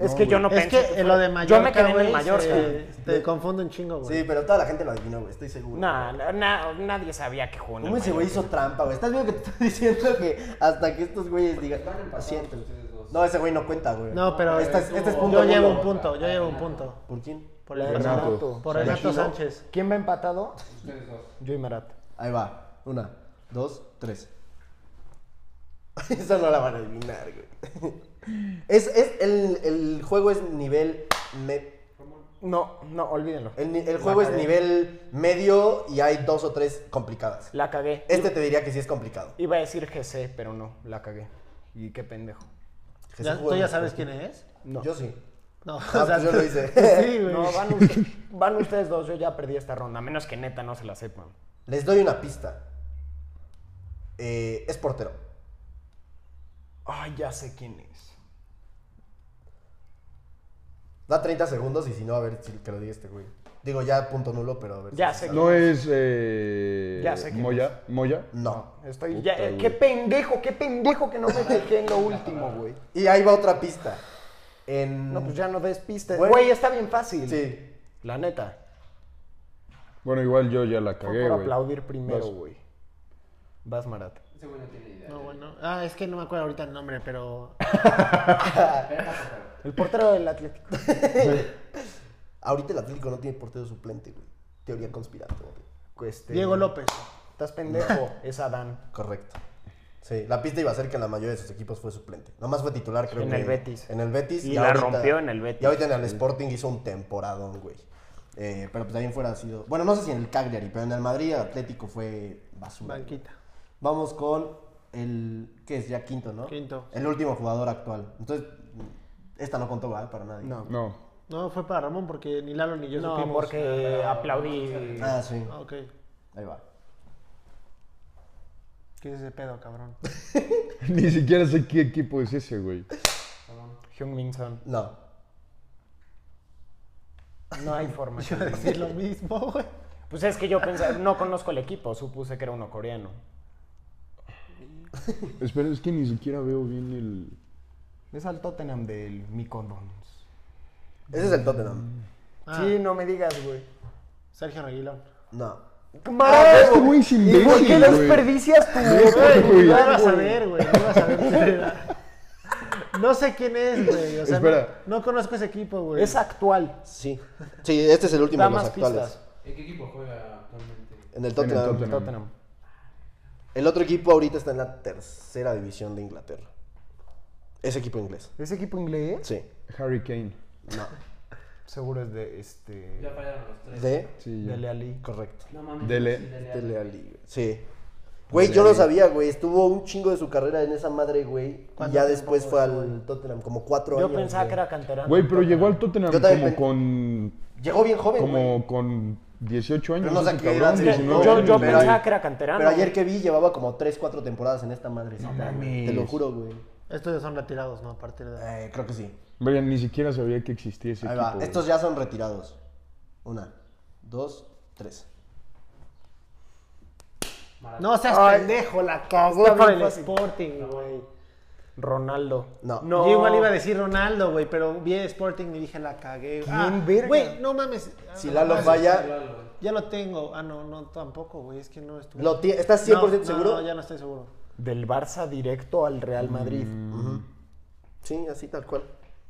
E: es que yo no
C: Es
E: pensé.
C: que en lo de Mallorca,
E: Yo me quedé en
C: güey,
E: el Mallorca.
C: se- Te confundo un chingo, güey.
B: Sí, pero toda la gente lo adivinó, güey, estoy seguro.
E: No, no, na- nadie sabía que jugó en el
B: ¿Cómo ese güey hizo trampa, güey? ¿Estás viendo que te estoy [LAUGHS] diciendo que hasta que estos güeyes digan, lo siento? No, ese güey no cuenta, güey.
C: No, pero
B: Este es, este es punto
C: yo llevo
B: nulo.
C: un punto, yo llevo un punto.
B: ¿Por quién?
C: Por el
D: Renato.
C: Renato, por
D: Sánchez.
C: Renato Sánchez.
F: ¿Quién va empatado?
G: Ustedes dos.
F: Yo y Marat.
B: Ahí va. Una, dos, tres. [LAUGHS] Esa no la van a adivinar, güey. [LAUGHS] Es, es, el, el juego es nivel. me-
F: No, no, olvídenlo.
B: el, ni- el juego es nivel medio y hay dos o tres complicadas.
E: La cagué.
B: Este te diría que sí es complicado.
E: Iba a decir GC, pero no, la cagué. Y qué pendejo.
B: Que
C: Ya-
B: sí
C: ¿Tú
B: juega
C: ya
B: mucho.
C: sabes quién es?
E: No.
B: Yo sí.
C: No, [LAUGHS]
B: Ah, pues yo lo hice.
C: Sí,
B: [LAUGHS]
C: güey.
E: No, van, ustedes- van ustedes dos, yo ya perdí esta ronda, a menos que neta no se la sepan.
B: Les doy una pista. Eh, es portero.
E: Ay, ya sé quién es.
B: Da 30 segundos y si no, a ver si que lo diga este güey. Digo, ya punto nulo, pero a ver.
E: Ya
B: si
E: sé
B: se
D: No es eh,
E: Ya sé quién
D: Moya. Moya.
B: sabe. No.
F: Estoy
D: Puta,
F: ya, eh,
D: güey.
F: qué pendejo, qué pendejo que no me fijé en lo último, güey.
B: Y ahí va otra pista. En.
F: No, pues ya no des pistas.
B: Güey.
F: Güey, está bien fácil.
B: Sí.
F: La neta.
D: Bueno, igual yo ya la
F: Fue
D: cagué,
F: por
D: güey.
F: aplaudir primero,
D: Vas.
F: güey. Vas, Marat.
G: Ese güey no tiene idea.
C: No, bueno. Ah, es que no me acuerdo ahorita el nombre, pero.
F: El portero del Atlético.
B: Ahorita el Atlético no tiene portero suplente, güey. Teoría conspiratoria.
F: Este,
C: Diego López.
F: Estás pendejo, es Adán.
B: Correcto. Sí, la pista iba a ser que en la mayoría de sus equipos fue suplente. Nomás fue titular, creo
E: En
B: que.
E: el Betis.
B: En el Betis.
E: Y la rompió en el Betis.
B: Y ahorita en el Sporting hizo un temporadón, güey. Eh, pero pues también fuera ha sido. Bueno, no sé si en el Cagliari, pero en el Madrid el Atlético fue basura.
C: Banquita.
B: Vamos con el. ¿Qué es? Ya quinto, ¿no?
C: Quinto.
B: El último jugador actual. Entonces, esta no contó, ¿verdad? Para nadie.
F: No.
D: No. [LAUGHS]
C: No, fue para Ramón porque ni Lalo ni yo
E: No,
C: supimos.
E: porque aplaudí.
B: Ah, sí.
C: Ah, Ok.
B: Ahí va.
C: ¿Qué es ese pedo, cabrón?
D: Ni siquiera sé qué equipo es ese, güey.
F: Hyun Min Son.
B: No.
F: No hay forma.
C: Yo iba a decir [LAUGHS] lo mismo, güey.
E: Pues es que yo pensé, no conozco el equipo, supuse que era uno coreano.
D: Espera, es que ni siquiera veo bien el.
F: es al Tottenham del Micodons.
B: Ese es el Tottenham.
C: Ah,
F: Sí, no me digas, güey.
C: Sergio Reguilón.
B: No.
D: Este güey es imbécil,
F: ¿Por qué
D: güey.
F: desperdicias tu
D: Güey,
C: No
D: güey.
C: ibas a ver, güey. No ibas a ver. No sé quién es, güey. O sea,
D: Espera.
C: No, no conozco ese equipo, güey.
E: Es actual.
B: Sí. Sí, este es el último
E: Da
B: de los
E: más
B: actuales.
E: pistas.
G: ¿En qué equipo juega actualmente?
B: En el
D: En el
B: Tottenham. el,
D: Tottenham.
E: Tottenham.
B: otro equipo ahorita está en la tercera división de Inglaterra. Ese equipo inglés.
F: ¿Ese equipo inglés?
B: Sí.
D: Harry Kane.
F: Seguro es de este.
G: Ya fallaron los tres.
B: De.
D: Sí, ya.
F: Dele Ali.
B: Correcto.
G: No mames.
D: Dele-
G: sí, Dele
B: Dele
G: Alli.
B: Alli, güey. Sí. Güey, yo no sabía, güey. Estuvo un chingo de su carrera en esa madre, güey. Y
C: ¿Cuánto
B: ya
C: tiempo,
B: después
C: güey?
B: fue al Tottenham, como cuatro
E: Yo
B: años.
E: pensaba
B: güey.
E: que era canterano.
D: Güey, pero llegó al Tottenham
B: Yo también
D: como con.
B: Llegó bien joven, güey.
D: Como con 18 años.
B: Pero no sé
D: ese
B: qué edad
D: cabrón,
B: tenía.
E: Yo,
D: 19
E: yo
D: años, güey.
E: pensaba que era canterano.
B: Pero ayer que vi, llevaba como tres, cuatro temporadas en esta madre. Te lo juro, güey.
C: Estos ya son retirados, ¿no? A partir de.
B: Eh, creo que sí.
D: Verga, ni siquiera sabía que existía ese
B: Ahí
D: equipo.
B: va.
D: güey.
B: Estos ya son retirados. Una, dos, tres.
C: No seas
E: Ay.
C: pendejo, la
E: Está
C: cagó
E: por
C: por
E: el Sporting, güey. Ronaldo.
B: No.
C: Yo igual iba a decir Ronaldo, güey, pero vi Sporting y dije la cagué.
F: ¿Quién,
C: ah,
F: verga?
C: Güey, no mames. Ah,
B: Si
C: no
B: Lalo
C: mames.
B: falla,
C: Ya lo tengo. Ah, no, no, tampoco, güey. Es que no estuvo.
B: lo ti- ¿estás 100%
C: No,
B: seguro?
C: No, ya no estoy seguro.
E: Del Barça directo al Real Madrid.
B: Mm. Sí, así tal cual.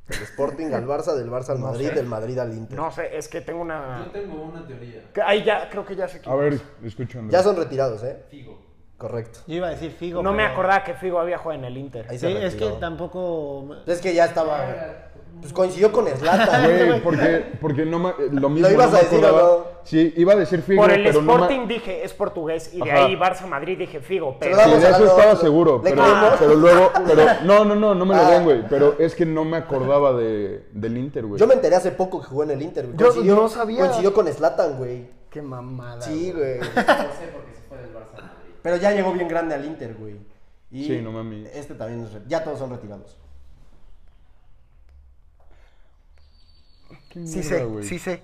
B: Del Sporting al Barça, del [LAUGHS] Barça al Madrid, del Madrid al Inter.
E: No sé, es que tengo
G: Yo
E: una.
G: tengo una teoría.
E: Ay, ya, creo que ya sé quién
D: A
E: es.
D: ver, escuchando.
B: Ya son retirados, ¿eh?
G: Figo.
B: Correcto.
C: Yo iba a decir Figo.
E: No me
C: pero-
E: acordaba que Figo había jugado en el Inter.
B: Ahí
C: Sí,
B: se
C: es que
B: retiró.
C: tampoco.
B: Es que ya estaba. Pues coincidió con [LAUGHS] Slatan.
D: Güey, porque, porque no me, lo mismo.
B: ibas
D: no me
B: a decir,
D: acordaba.
B: ¿o no?
D: Sí, iba a decir Figo,
E: Por el
D: pero no me-
E: Sporting dije, es portugués. Y de
D: Ajá.
E: ahí Barça-Madrid dije Figo.
B: Se lo
E: Pero
D: Sí,
B: Vamos
D: de
B: a
D: eso
B: darlo-
D: estaba seguro,
B: ¿Le
D: pero,
B: creemos?
D: pero luego,
B: [LAUGHS]
D: pero no, no, no, no me lo
B: Ah.
D: den, güey. Pero es que no me acordaba de, del Inter, güey.
B: Yo me enteré hace poco que jugó en el Inter, güey.
E: Yo
B: Coincidió-
E: no sabía.
B: Coincidió con Slatan, güey.
E: qué mamada.
B: Sí,
G: [LAUGHS]
B: güey.
G: No sé porque se fue del Barça a Madrid.
B: Pero ya llegó bien grande al Inter, güey. Y
D: Sí, no mames.
B: Este también es. re- Ya todos son retirados.
D: Qué
F: Sí
D: mierda,
F: sé,
D: güey.
F: sí sé.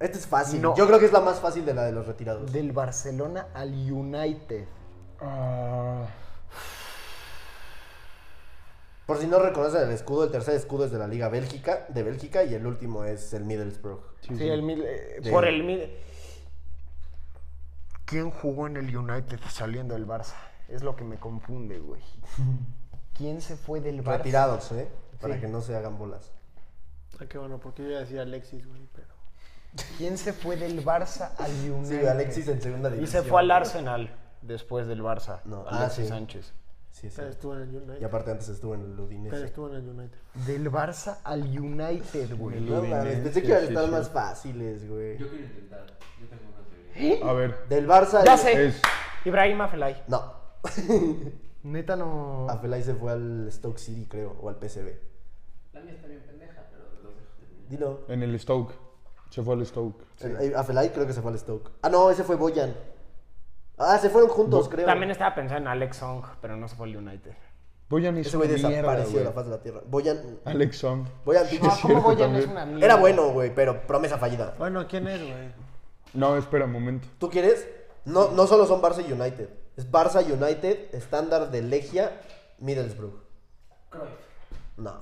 B: Este es fácil.
F: No.
B: Yo creo que es la más fácil de la de los retirados.
F: Del Barcelona al United.
D: Ah,
B: Por si no reconocen el escudo, el tercer escudo es de la Liga Bélgica, de Bélgica, y el último es el Middlesbrough.
D: sí,
F: Sí,
D: sí.
F: el mil- eh,
B: Sí.
E: Por el mid-
F: ¿Quién jugó en el United saliendo del Barça? Es lo que me confunde,
B: [LAUGHS]
F: güey. ¿Quién se fue del Barça?
B: Retirados, ¿eh? Para
F: Sí.
B: que no se hagan bolas.
C: Ah, qué bueno, porque yo iba a decir Alexis, güey, pero.
F: ¿Quién se fue del Barça al United?
B: Sí, Alexis en segunda
E: Y
B: división.
E: se fue al Arsenal después del Barça.
B: No, ah,
E: Alexis
B: sí.
E: Sánchez.
B: Sí, sí.
C: Pero estuvo en el
B: Y
C: United.
B: aparte antes estuvo en el
C: Pero
B: Udinese.
C: estuvo en el United.
F: Del Barça al United, güey.
B: No mames, pensé que iban a estar más fáciles, güey.
G: Yo quiero intentar. Yo tengo una teoría.
D: A ver,
B: Del Barça.
E: Ya
B: al-
E: sé.
D: es
E: Ibrahima Felay.
B: No.
F: Neta no.
B: Afelay se fue al Stoke City, creo, o al PSV.
G: La mía está bien pendeja, pero los dejo terminar.
B: Dilo.
D: en el Stoke. Se fue al Stoke.
B: Eh, Afelay creo que se fue al Stoke. Ah, no, ese fue Boyan. Ah, se fueron juntos, creo.
E: También estaba pensando en Alex Song, pero no se fue al United.
D: Boyan hizo
B: Ese güey
D: mierda,
B: desapareció de
D: güey.
B: la faz de la tierra. Boyan.
D: Alex Song. [LAUGHS]
B: Boyan, pinche-
F: Ah,
D: es cierto también.
B: Era bueno, güey, pero promesa fallida.
C: Bueno, ¿quién es, güey?
D: No, espera un momento.
B: ¿Tú quieres? No, no solo son Barça y United. Es Barça United, estándar de Legia, Middlesbrough. No.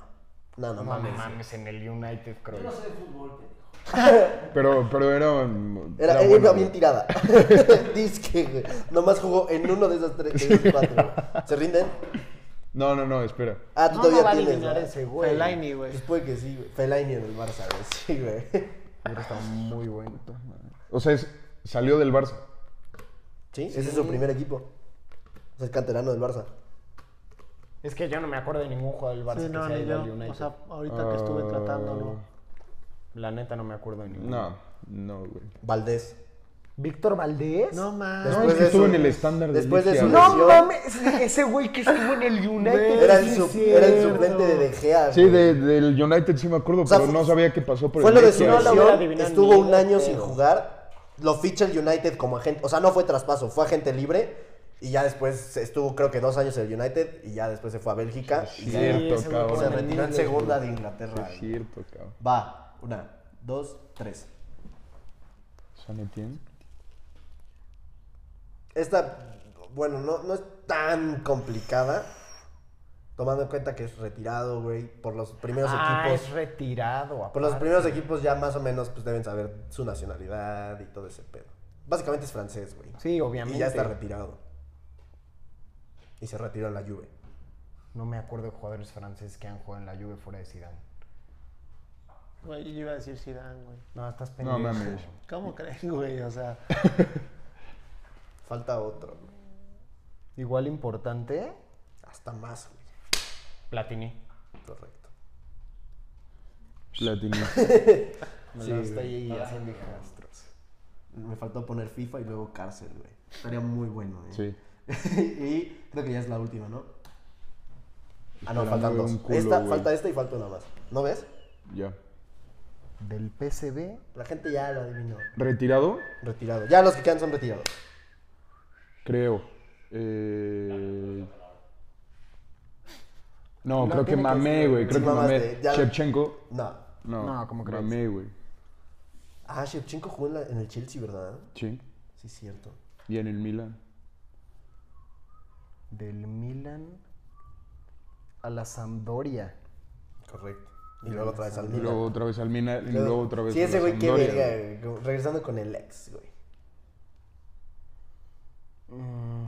B: No, no
E: No
B: mames.
E: mames, en el United creo.
G: No sé de fútbol, pendejo.
D: Pero, pero era.
B: Era, era
D: bueno,
B: bien
D: güey. [LAUGHS]
B: tirada. [LAUGHS] Disque, güey. Nomás jugó en uno de esos tres, de esos cuatro. güey. ¿Se rinden?
D: No, no, no, espera.
B: Ah, tú
E: No,
B: todavía
E: no va a
B: tienes.
E: adivinar
B: ¿verdad?
E: ese güey.
C: Fellaini, güey.
B: Pues puede que sí, güey. Fellaini en el Barça, güey. Sí, güey.
D: Está muy bueno. O sea, es- salió del Barça.
B: ¿Sí? Ese es su primer equipo. O sea, es canterano del Barça.
E: Es que yo no me acuerdo de ningún jugador del Barça
C: Sí,
E: que
C: no,
E: se haya
C: ni
E: ido al
C: yo.
E: United.
C: O sea, ahorita que estuve tratando, no.
E: La neta no me acuerdo de ninguno.
D: No, no, güey.
B: Valdés.
F: ¿Víctor Valdés?
C: No mames.
D: No, Ah, es que
B: de
D: estuvo
B: su-
D: en el estándar de
B: Después de
D: Ligia,
B: su
D: güey.
F: No
B: lesión,
F: mames, ese güey que estuvo en el United.
B: era, el
F: sí,
B: su-
F: sí.
B: era el suplente de De Gea,
D: Sí,
B: güey.
D: de- del United sí me acuerdo,
B: sea,
D: pero
B: fue-
D: no sabía qué pasó por
B: Fue
D: el
B: lo de su
D: Leipzig.
E: No lo hubiera
B: lesión,
E: adivinado
B: estuvo
E: ni
B: un
E: de
B: año sin
E: pedo.
B: jugar, lo ficha el United como agente, o sea, no fue traspaso, fue agente libre, y ya después estuvo creo que dos años en el United, y ya después se fue a Bélgica, y
D: Es
B: ya
D: cierto,
E: ese me
D: cabrón.
B: se retiró en segunda de Inglaterra.
D: Es
B: güey.
D: cierto, cabrón.
B: Va, una, dos, tres.
D: ¿San Etienne?
B: Esta, bueno, no, no es tan complicada, tomando en cuenta que es retirado, güey, por los primeros
E: Ah,
B: equipos.
E: es retirado.
B: Por los
E: aparte.
B: primeros equipos ya más o menos pues deben saber su nacionalidad y todo ese pedo. Básicamente es francés, güey.
E: Sí, obviamente.
B: Y ya está retirado. Y se retiró en la Juve.
F: No me acuerdo de jugadores franceses que han jugado en la Juve fuera de Zidane.
C: Güey, yo iba a decir Zidane, güey.
F: No, estás pendiente.
D: No mames.
C: ¿Cómo crees, güey? O sea,
B: Falta otro. güey.
F: Igual importante.
B: Hasta más, güey.
E: Platini.
B: Correcto.
D: Platini.
B: Me
F: Sí,
B: la
F: güey,
B: estoy
F: estás
B: haciendo
F: en
B: hijas.
F: desastres.
B: Me faltó poner FIFA y luego cárcel, güey. Estaría muy bueno, eh.
D: Sí.
B: [LAUGHS] y creo que ya es la última, ¿no? Ah, no,
D: Espera,
B: faltan
D: mueve
B: dos.
D: un culo,
B: esta,
D: güey.
B: falta esta y falta una más. ¿No ves?
D: Ya.
F: Del PCB.
B: La gente ya lo adivinó.
D: Retirado,
B: Retirado. Ya los que quedan son retirados.
D: creo. Eh... No,
F: La
D: creo que
F: tiene que
D: mamé,
F: ser.
D: güey. Creo
B: Sí,
D: que mamé.
B: mamaste, ya.
D: Shevchenko.
B: No.
D: No,
F: No, ¿cómo crees?
D: Mamé, güey.
B: Ah, Shevchenko jugó en, la- en el Chelsea, ¿verdad?
D: Sí.
B: Sí, cierto.
D: Y en el Milan.
F: Del Milan a la Sampdoria.
B: Correcto. Y luego otra vez al
D: Y
B: Milan.
D: luego otra vez al Milan. Y luego otra vez
B: Sí,
D: a
B: ese
D: la
B: güey, qué
D: Sampdoria, güey.
B: verga. güey. Regresando con el ex, güey.
F: Mm,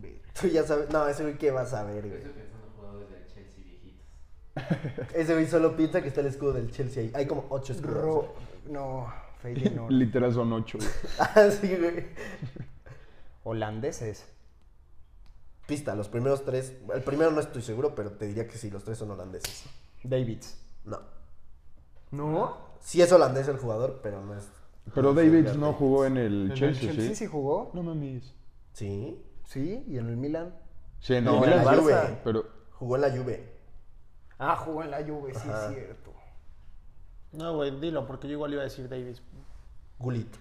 F: ver-
B: Tú ya sabes. No, ese güey, ¿qué va a saber,
G: Yo
B: güey?
G: estoy pensando en jugadores del Chelsea viejitos.
B: Ese güey solo piensa que está el escudo del Chelsea ahí. Hay como ocho escudos. güey.
F: Ro- no, Feyenoord.
D: Literal son ocho, güey.
B: [LAUGHS] Ah, sí, güey.
F: Holandeses.
B: Pista, los primeros tres. El primero no estoy seguro, pero te diría que sí, los tres son holandeses.
F: Davids.
B: No.
F: ¿No?
B: Sí es holandés el jugador, pero no es.
D: Pero Davids no jugó en el
F: ¿En
D: Chelsea,
F: el Chelsea
D: ¿sí?
F: sí jugó?
D: No mames.
B: Sí.
F: Sí, y en el Milan.
D: Sí, en el
B: No, en
D: Milan.
B: la
D: sí,
B: Juve.
D: Pero
B: Jugó en la Juve.
F: Ah, jugó en la Juve, sí
B: Ajá.
F: es cierto.
C: no, güey, dilo, porque yo igual iba a decir Davis.
B: Gullit.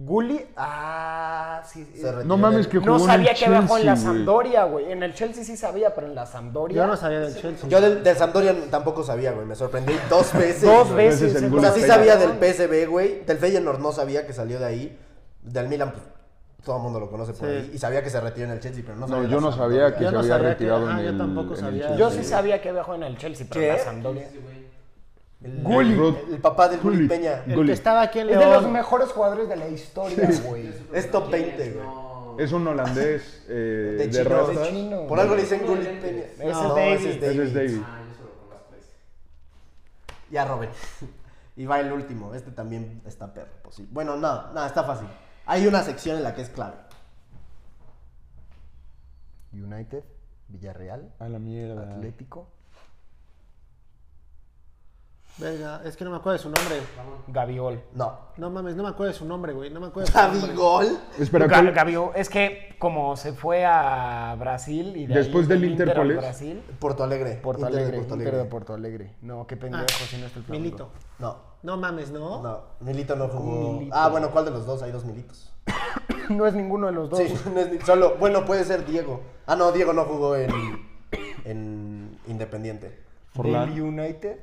F: Gulli, ah, sí.
B: Se
F: eh,
B: retiró
D: no
B: del-
D: mames que jugó
F: No sabía que había jugado en la
D: Sampdoria.
F: Sampdoria, güey. En el Chelsea sí sabía, pero en la Sampdoria.
C: Yo no sabía del Chelsea.
B: Yo del, del Sampdoria tampoco sabía, güey. Me sorprendí [LAUGHS] dos veces.
F: Dos
B: güey.
D: veces
F: veces.
D: el
F: eh,
B: O
D: Gulli.
B: sea, sí
D: Feyenoord.
B: sabía del PSV, güey. Del Feyenoord no sabía que salió de ahí. Del Milan, pues, todo el mundo lo conoce por
C: Sí.
B: ahí. Y sabía que se retiró en el Chelsea, pero no
D: No,
B: sabía. la
D: yo no
B: Sampdoria.
D: sabía que
C: Yo
D: se
C: no
D: había
C: sabía que-
D: retirado
C: ajá,
D: en
C: yo
D: el
C: tampoco
D: en el
C: sabía.
D: Chelsea.
C: Yo
E: Yo sí sabía que había jugado en el Chelsea, pero en la Sampdoria.
G: Ese güey,
B: El,
D: Gullit.
B: el- el papá del Gullit
D: Gullit.
B: Peña.
C: El
D: Gullit.
C: que estaba aquí
F: Es
C: en
F: de los
C: León.
F: mejores jugadores de la historia, güey.
B: Es top
G: ¿quién
B: 20, güey.
G: No.
D: Es un holandés eh, de,
B: De chino.
D: raza.
F: De chino.
B: Por algo le dicen Gullit Peña.
F: Ese es
B: No,
F: David.
B: ese es
D: Ese
B: David.
D: es David.
G: Ah, yo solo conozco ese.
B: Ya, Robert. [LAUGHS] Y va el último. Este también está perro. posible. Bueno, no, no, está fácil. Hay una sección en la que es clave.
F: United, Villarreal,
D: A la mierda.
F: Atlético.
C: Verga, es que no me acuerdo de su nombre.
E: Gaviol.
B: No.
C: No mames, no me acuerdo de su nombre, güey. No me acuerdo de su nombre.
B: Gabigol.
D: Espera,
E: Ga-
D: ¿cuál-
E: Gaviol, es que como se fue a Brasil y de ahí
D: Después del Inter,
E: al
D: ¿cuál es?
E: Brasil.
B: Porto Alegre.
F: Porto
B: Inter de
F: Alegre,
B: Porto
F: Inter de
B: Alegre.
F: Porto Alegre. No, qué pendejo,
C: Ah,
F: si no está el Flamengo.
C: Milito.
B: No,
C: No mames, ¿no?
B: no. Milito no jugó.
F: Milito.
B: Ah, bueno, ¿cuál de los dos? Hay dos Militos.
F: [LAUGHS] No es ninguno de los dos.
B: Sí, [LAUGHS] no es ni- solo. Bueno, puede ser Diego. Ah, no, Diego no jugó en, en Independiente.
D: Forlán.
F: Del United.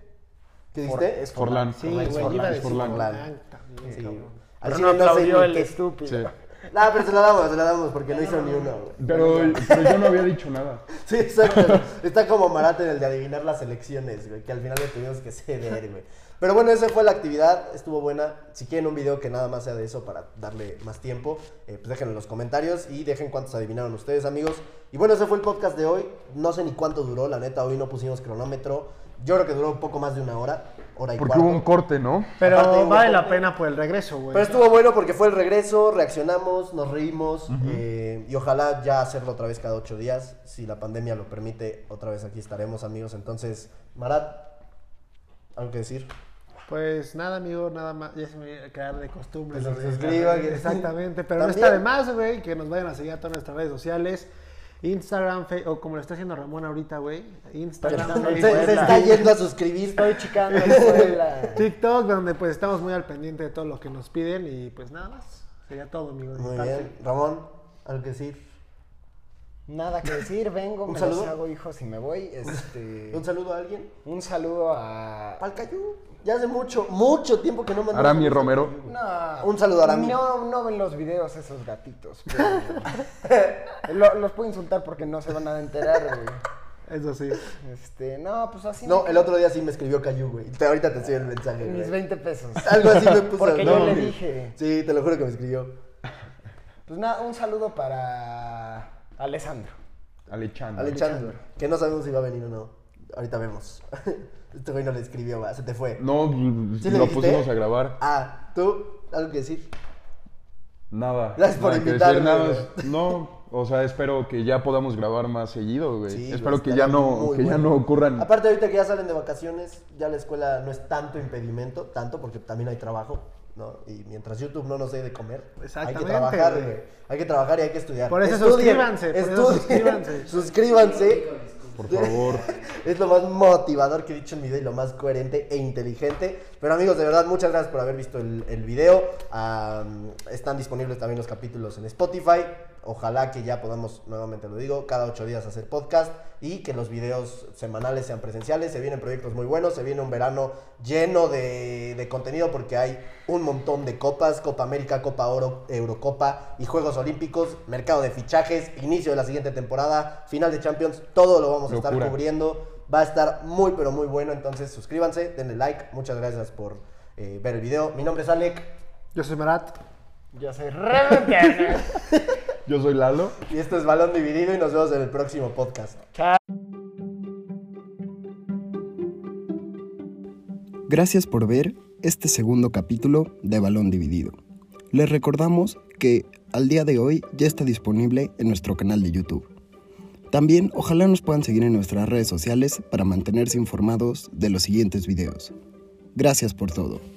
B: ¿Qué
F: For-
B: dijiste?
F: es
D: Forlán.
C: Sí, güey, yo iba a
D: Forlán, es
C: decir
D: Forlán.
C: Forlán. también,
B: Sí.
C: cabrón.
B: Al
E: Pero
B: chile
E: no
B: no sé
E: aplaudió
B: ni
E: el
B: qué-
E: estúpido.
D: Sí.
B: Nah, pero se la damos, se la damos, porque no hizo ni uno, güey.
D: Pero, pero yo no había dicho nada.
B: Sí, exacto. Está como Marat en el de adivinar las elecciones, güey, que al final le tuvimos que ceder, güey. Pero bueno, esa fue la actividad, estuvo buena. Si quieren un video que nada más sea de eso para darle más tiempo, eh, pues déjenlo en los comentarios y dejen cuántos adivinaron ustedes, amigos. Y bueno, ese fue el podcast de hoy. No sé ni cuánto duró, la neta, hoy no pusimos cronómetro. Yo creo que duró un poco más de una hora, hora y
D: Porque
B: cuarto.
D: hubo un corte, ¿no?
C: Pero
B: Aparte, hubo
C: vale la
B: gente-
C: pena por el regreso, güey.
B: Pero estuvo bueno porque fue el regreso, reaccionamos, nos reímos eh, y ojalá ya hacerlo otra vez cada ocho días. Si la pandemia lo permite, otra vez aquí estaremos amigos. Entonces, Marat, ¿algo que decir?
C: Pues nada, amigo, nada más. Ya se me iba a quedar de costumbre.
B: Que
C: lo
B: nos
C: de-
B: suscriban, que-
C: Exactamente. Pero no
B: También.
C: está de más, güey, que nos vayan a seguir a todas nuestras redes sociales. Instagram, Fe- o como lo está haciendo Ramón ahorita, güey. Instagram,
B: se,
C: Facebook,
B: se está yendo a suscribir. Estoy chicando. [LAUGHS]
C: TikTok, donde pues estamos muy al pendiente de todo lo que nos piden. Y pues nada más. Sería todo, amigo. de mi
B: Muy
C: parte.
B: bien. Ramón, ¿algo que decir?
F: Nada que decir, vengo,
B: ¿Un
F: me
B: saludo?
F: los hago hijos y me voy. Este,
B: ¿Un saludo a alguien?
F: un saludo a...
B: Palcayú. Ya hace mucho, mucho tiempo que no mandamos.
D: Arami
B: un saludo.
D: Romero.
F: No,
B: Un saludo a Arami.
F: No, no ven los videos esos
B: [LAUGHS]
F: gatitos. pero- Lo- los puedo insultar porque no se van a enterar, güey.
C: Eso sí.
F: Este, no, pues así.
B: No, el otro día sí me escribió Cayú, güey. Te- Ahorita te enseño el mensaje,
F: Mis
B: güey.
F: 20 pesos.
B: Algo así me puso.
F: Porque yo
B: No,
F: le
B: güey.
F: dije.
B: Sí, te lo juro que me escribió.
F: Pues nada, un saludo para Alessandro.
D: Alechando.
B: Ale Chandler, que no sabemos si va a venir o no. Ahorita vemos. [LAUGHS] Este güey no le escribió, va, se te fue.
D: No, pues,
B: ¿Sí le
D: lo
B: dijiste?
D: pusimos a grabar.
B: Ah, ¿tú? ¿Algo que decir?
D: Nada.
B: Gracias por
D: nada que
B: invitarme,
D: decir, nada,
B: güey.
D: es- no, o sea, espero que ya podamos grabar más seguido, güey.
B: Sí,
D: espero
B: güey,
D: que
B: estaría
D: ya no,
B: muy
D: que ya
B: bueno.
D: no ocurran.
B: Aparte, ahorita que ya salen de vacaciones, ya la escuela no es tanto impedimento, tanto porque también hay trabajo, ¿no? Y mientras YouTube no nos dé de comer, hay que
C: Exactamente,
B: trabajar,
C: güey.
B: güey. Hay que trabajar y hay que estudiar.
C: Por eso suscríbanse, por eso
B: [LAUGHS]
C: suscríbanse.
B: suscríbanse.
D: Por favor.
B: [LAUGHS] Es lo más motivador que he dicho en mi vida y lo más coherente e inteligente. Pero amigos, de verdad, muchas gracias por haber visto el, el video. Am, están disponibles también los capítulos en Spotify. Ojalá que ya podamos, nuevamente lo digo, cada ocho días hacer podcast y que los videos semanales sean presenciales. Se vienen proyectos muy buenos, se viene un verano lleno de, de contenido porque hay un montón de copas, Copa América, Copa Oro, Eurocopa y Juegos Olímpicos, mercado de fichajes, inicio de la siguiente temporada, final de Champions, todo lo vamos a estar
D: Locura.
B: cubriendo viendo. Va a estar muy, pero muy bueno. Entonces, suscríbanse, denle like. Muchas gracias por eh, ver el video. Mi nombre es Alec
C: Yo soy Marat.
E: Ya se reventan.
D: Yo soy Lalo.
B: y esto es Balón Dividido. Y nos vemos en el próximo podcast.
A: Gracias por ver este segundo capítulo de Balón Dividido. Les recordamos que al día de hoy ya está disponible en nuestro canal de YouTube. También ojalá nos puedan seguir en nuestras redes sociales para mantenerse informados de los siguientes videos. Gracias por todo.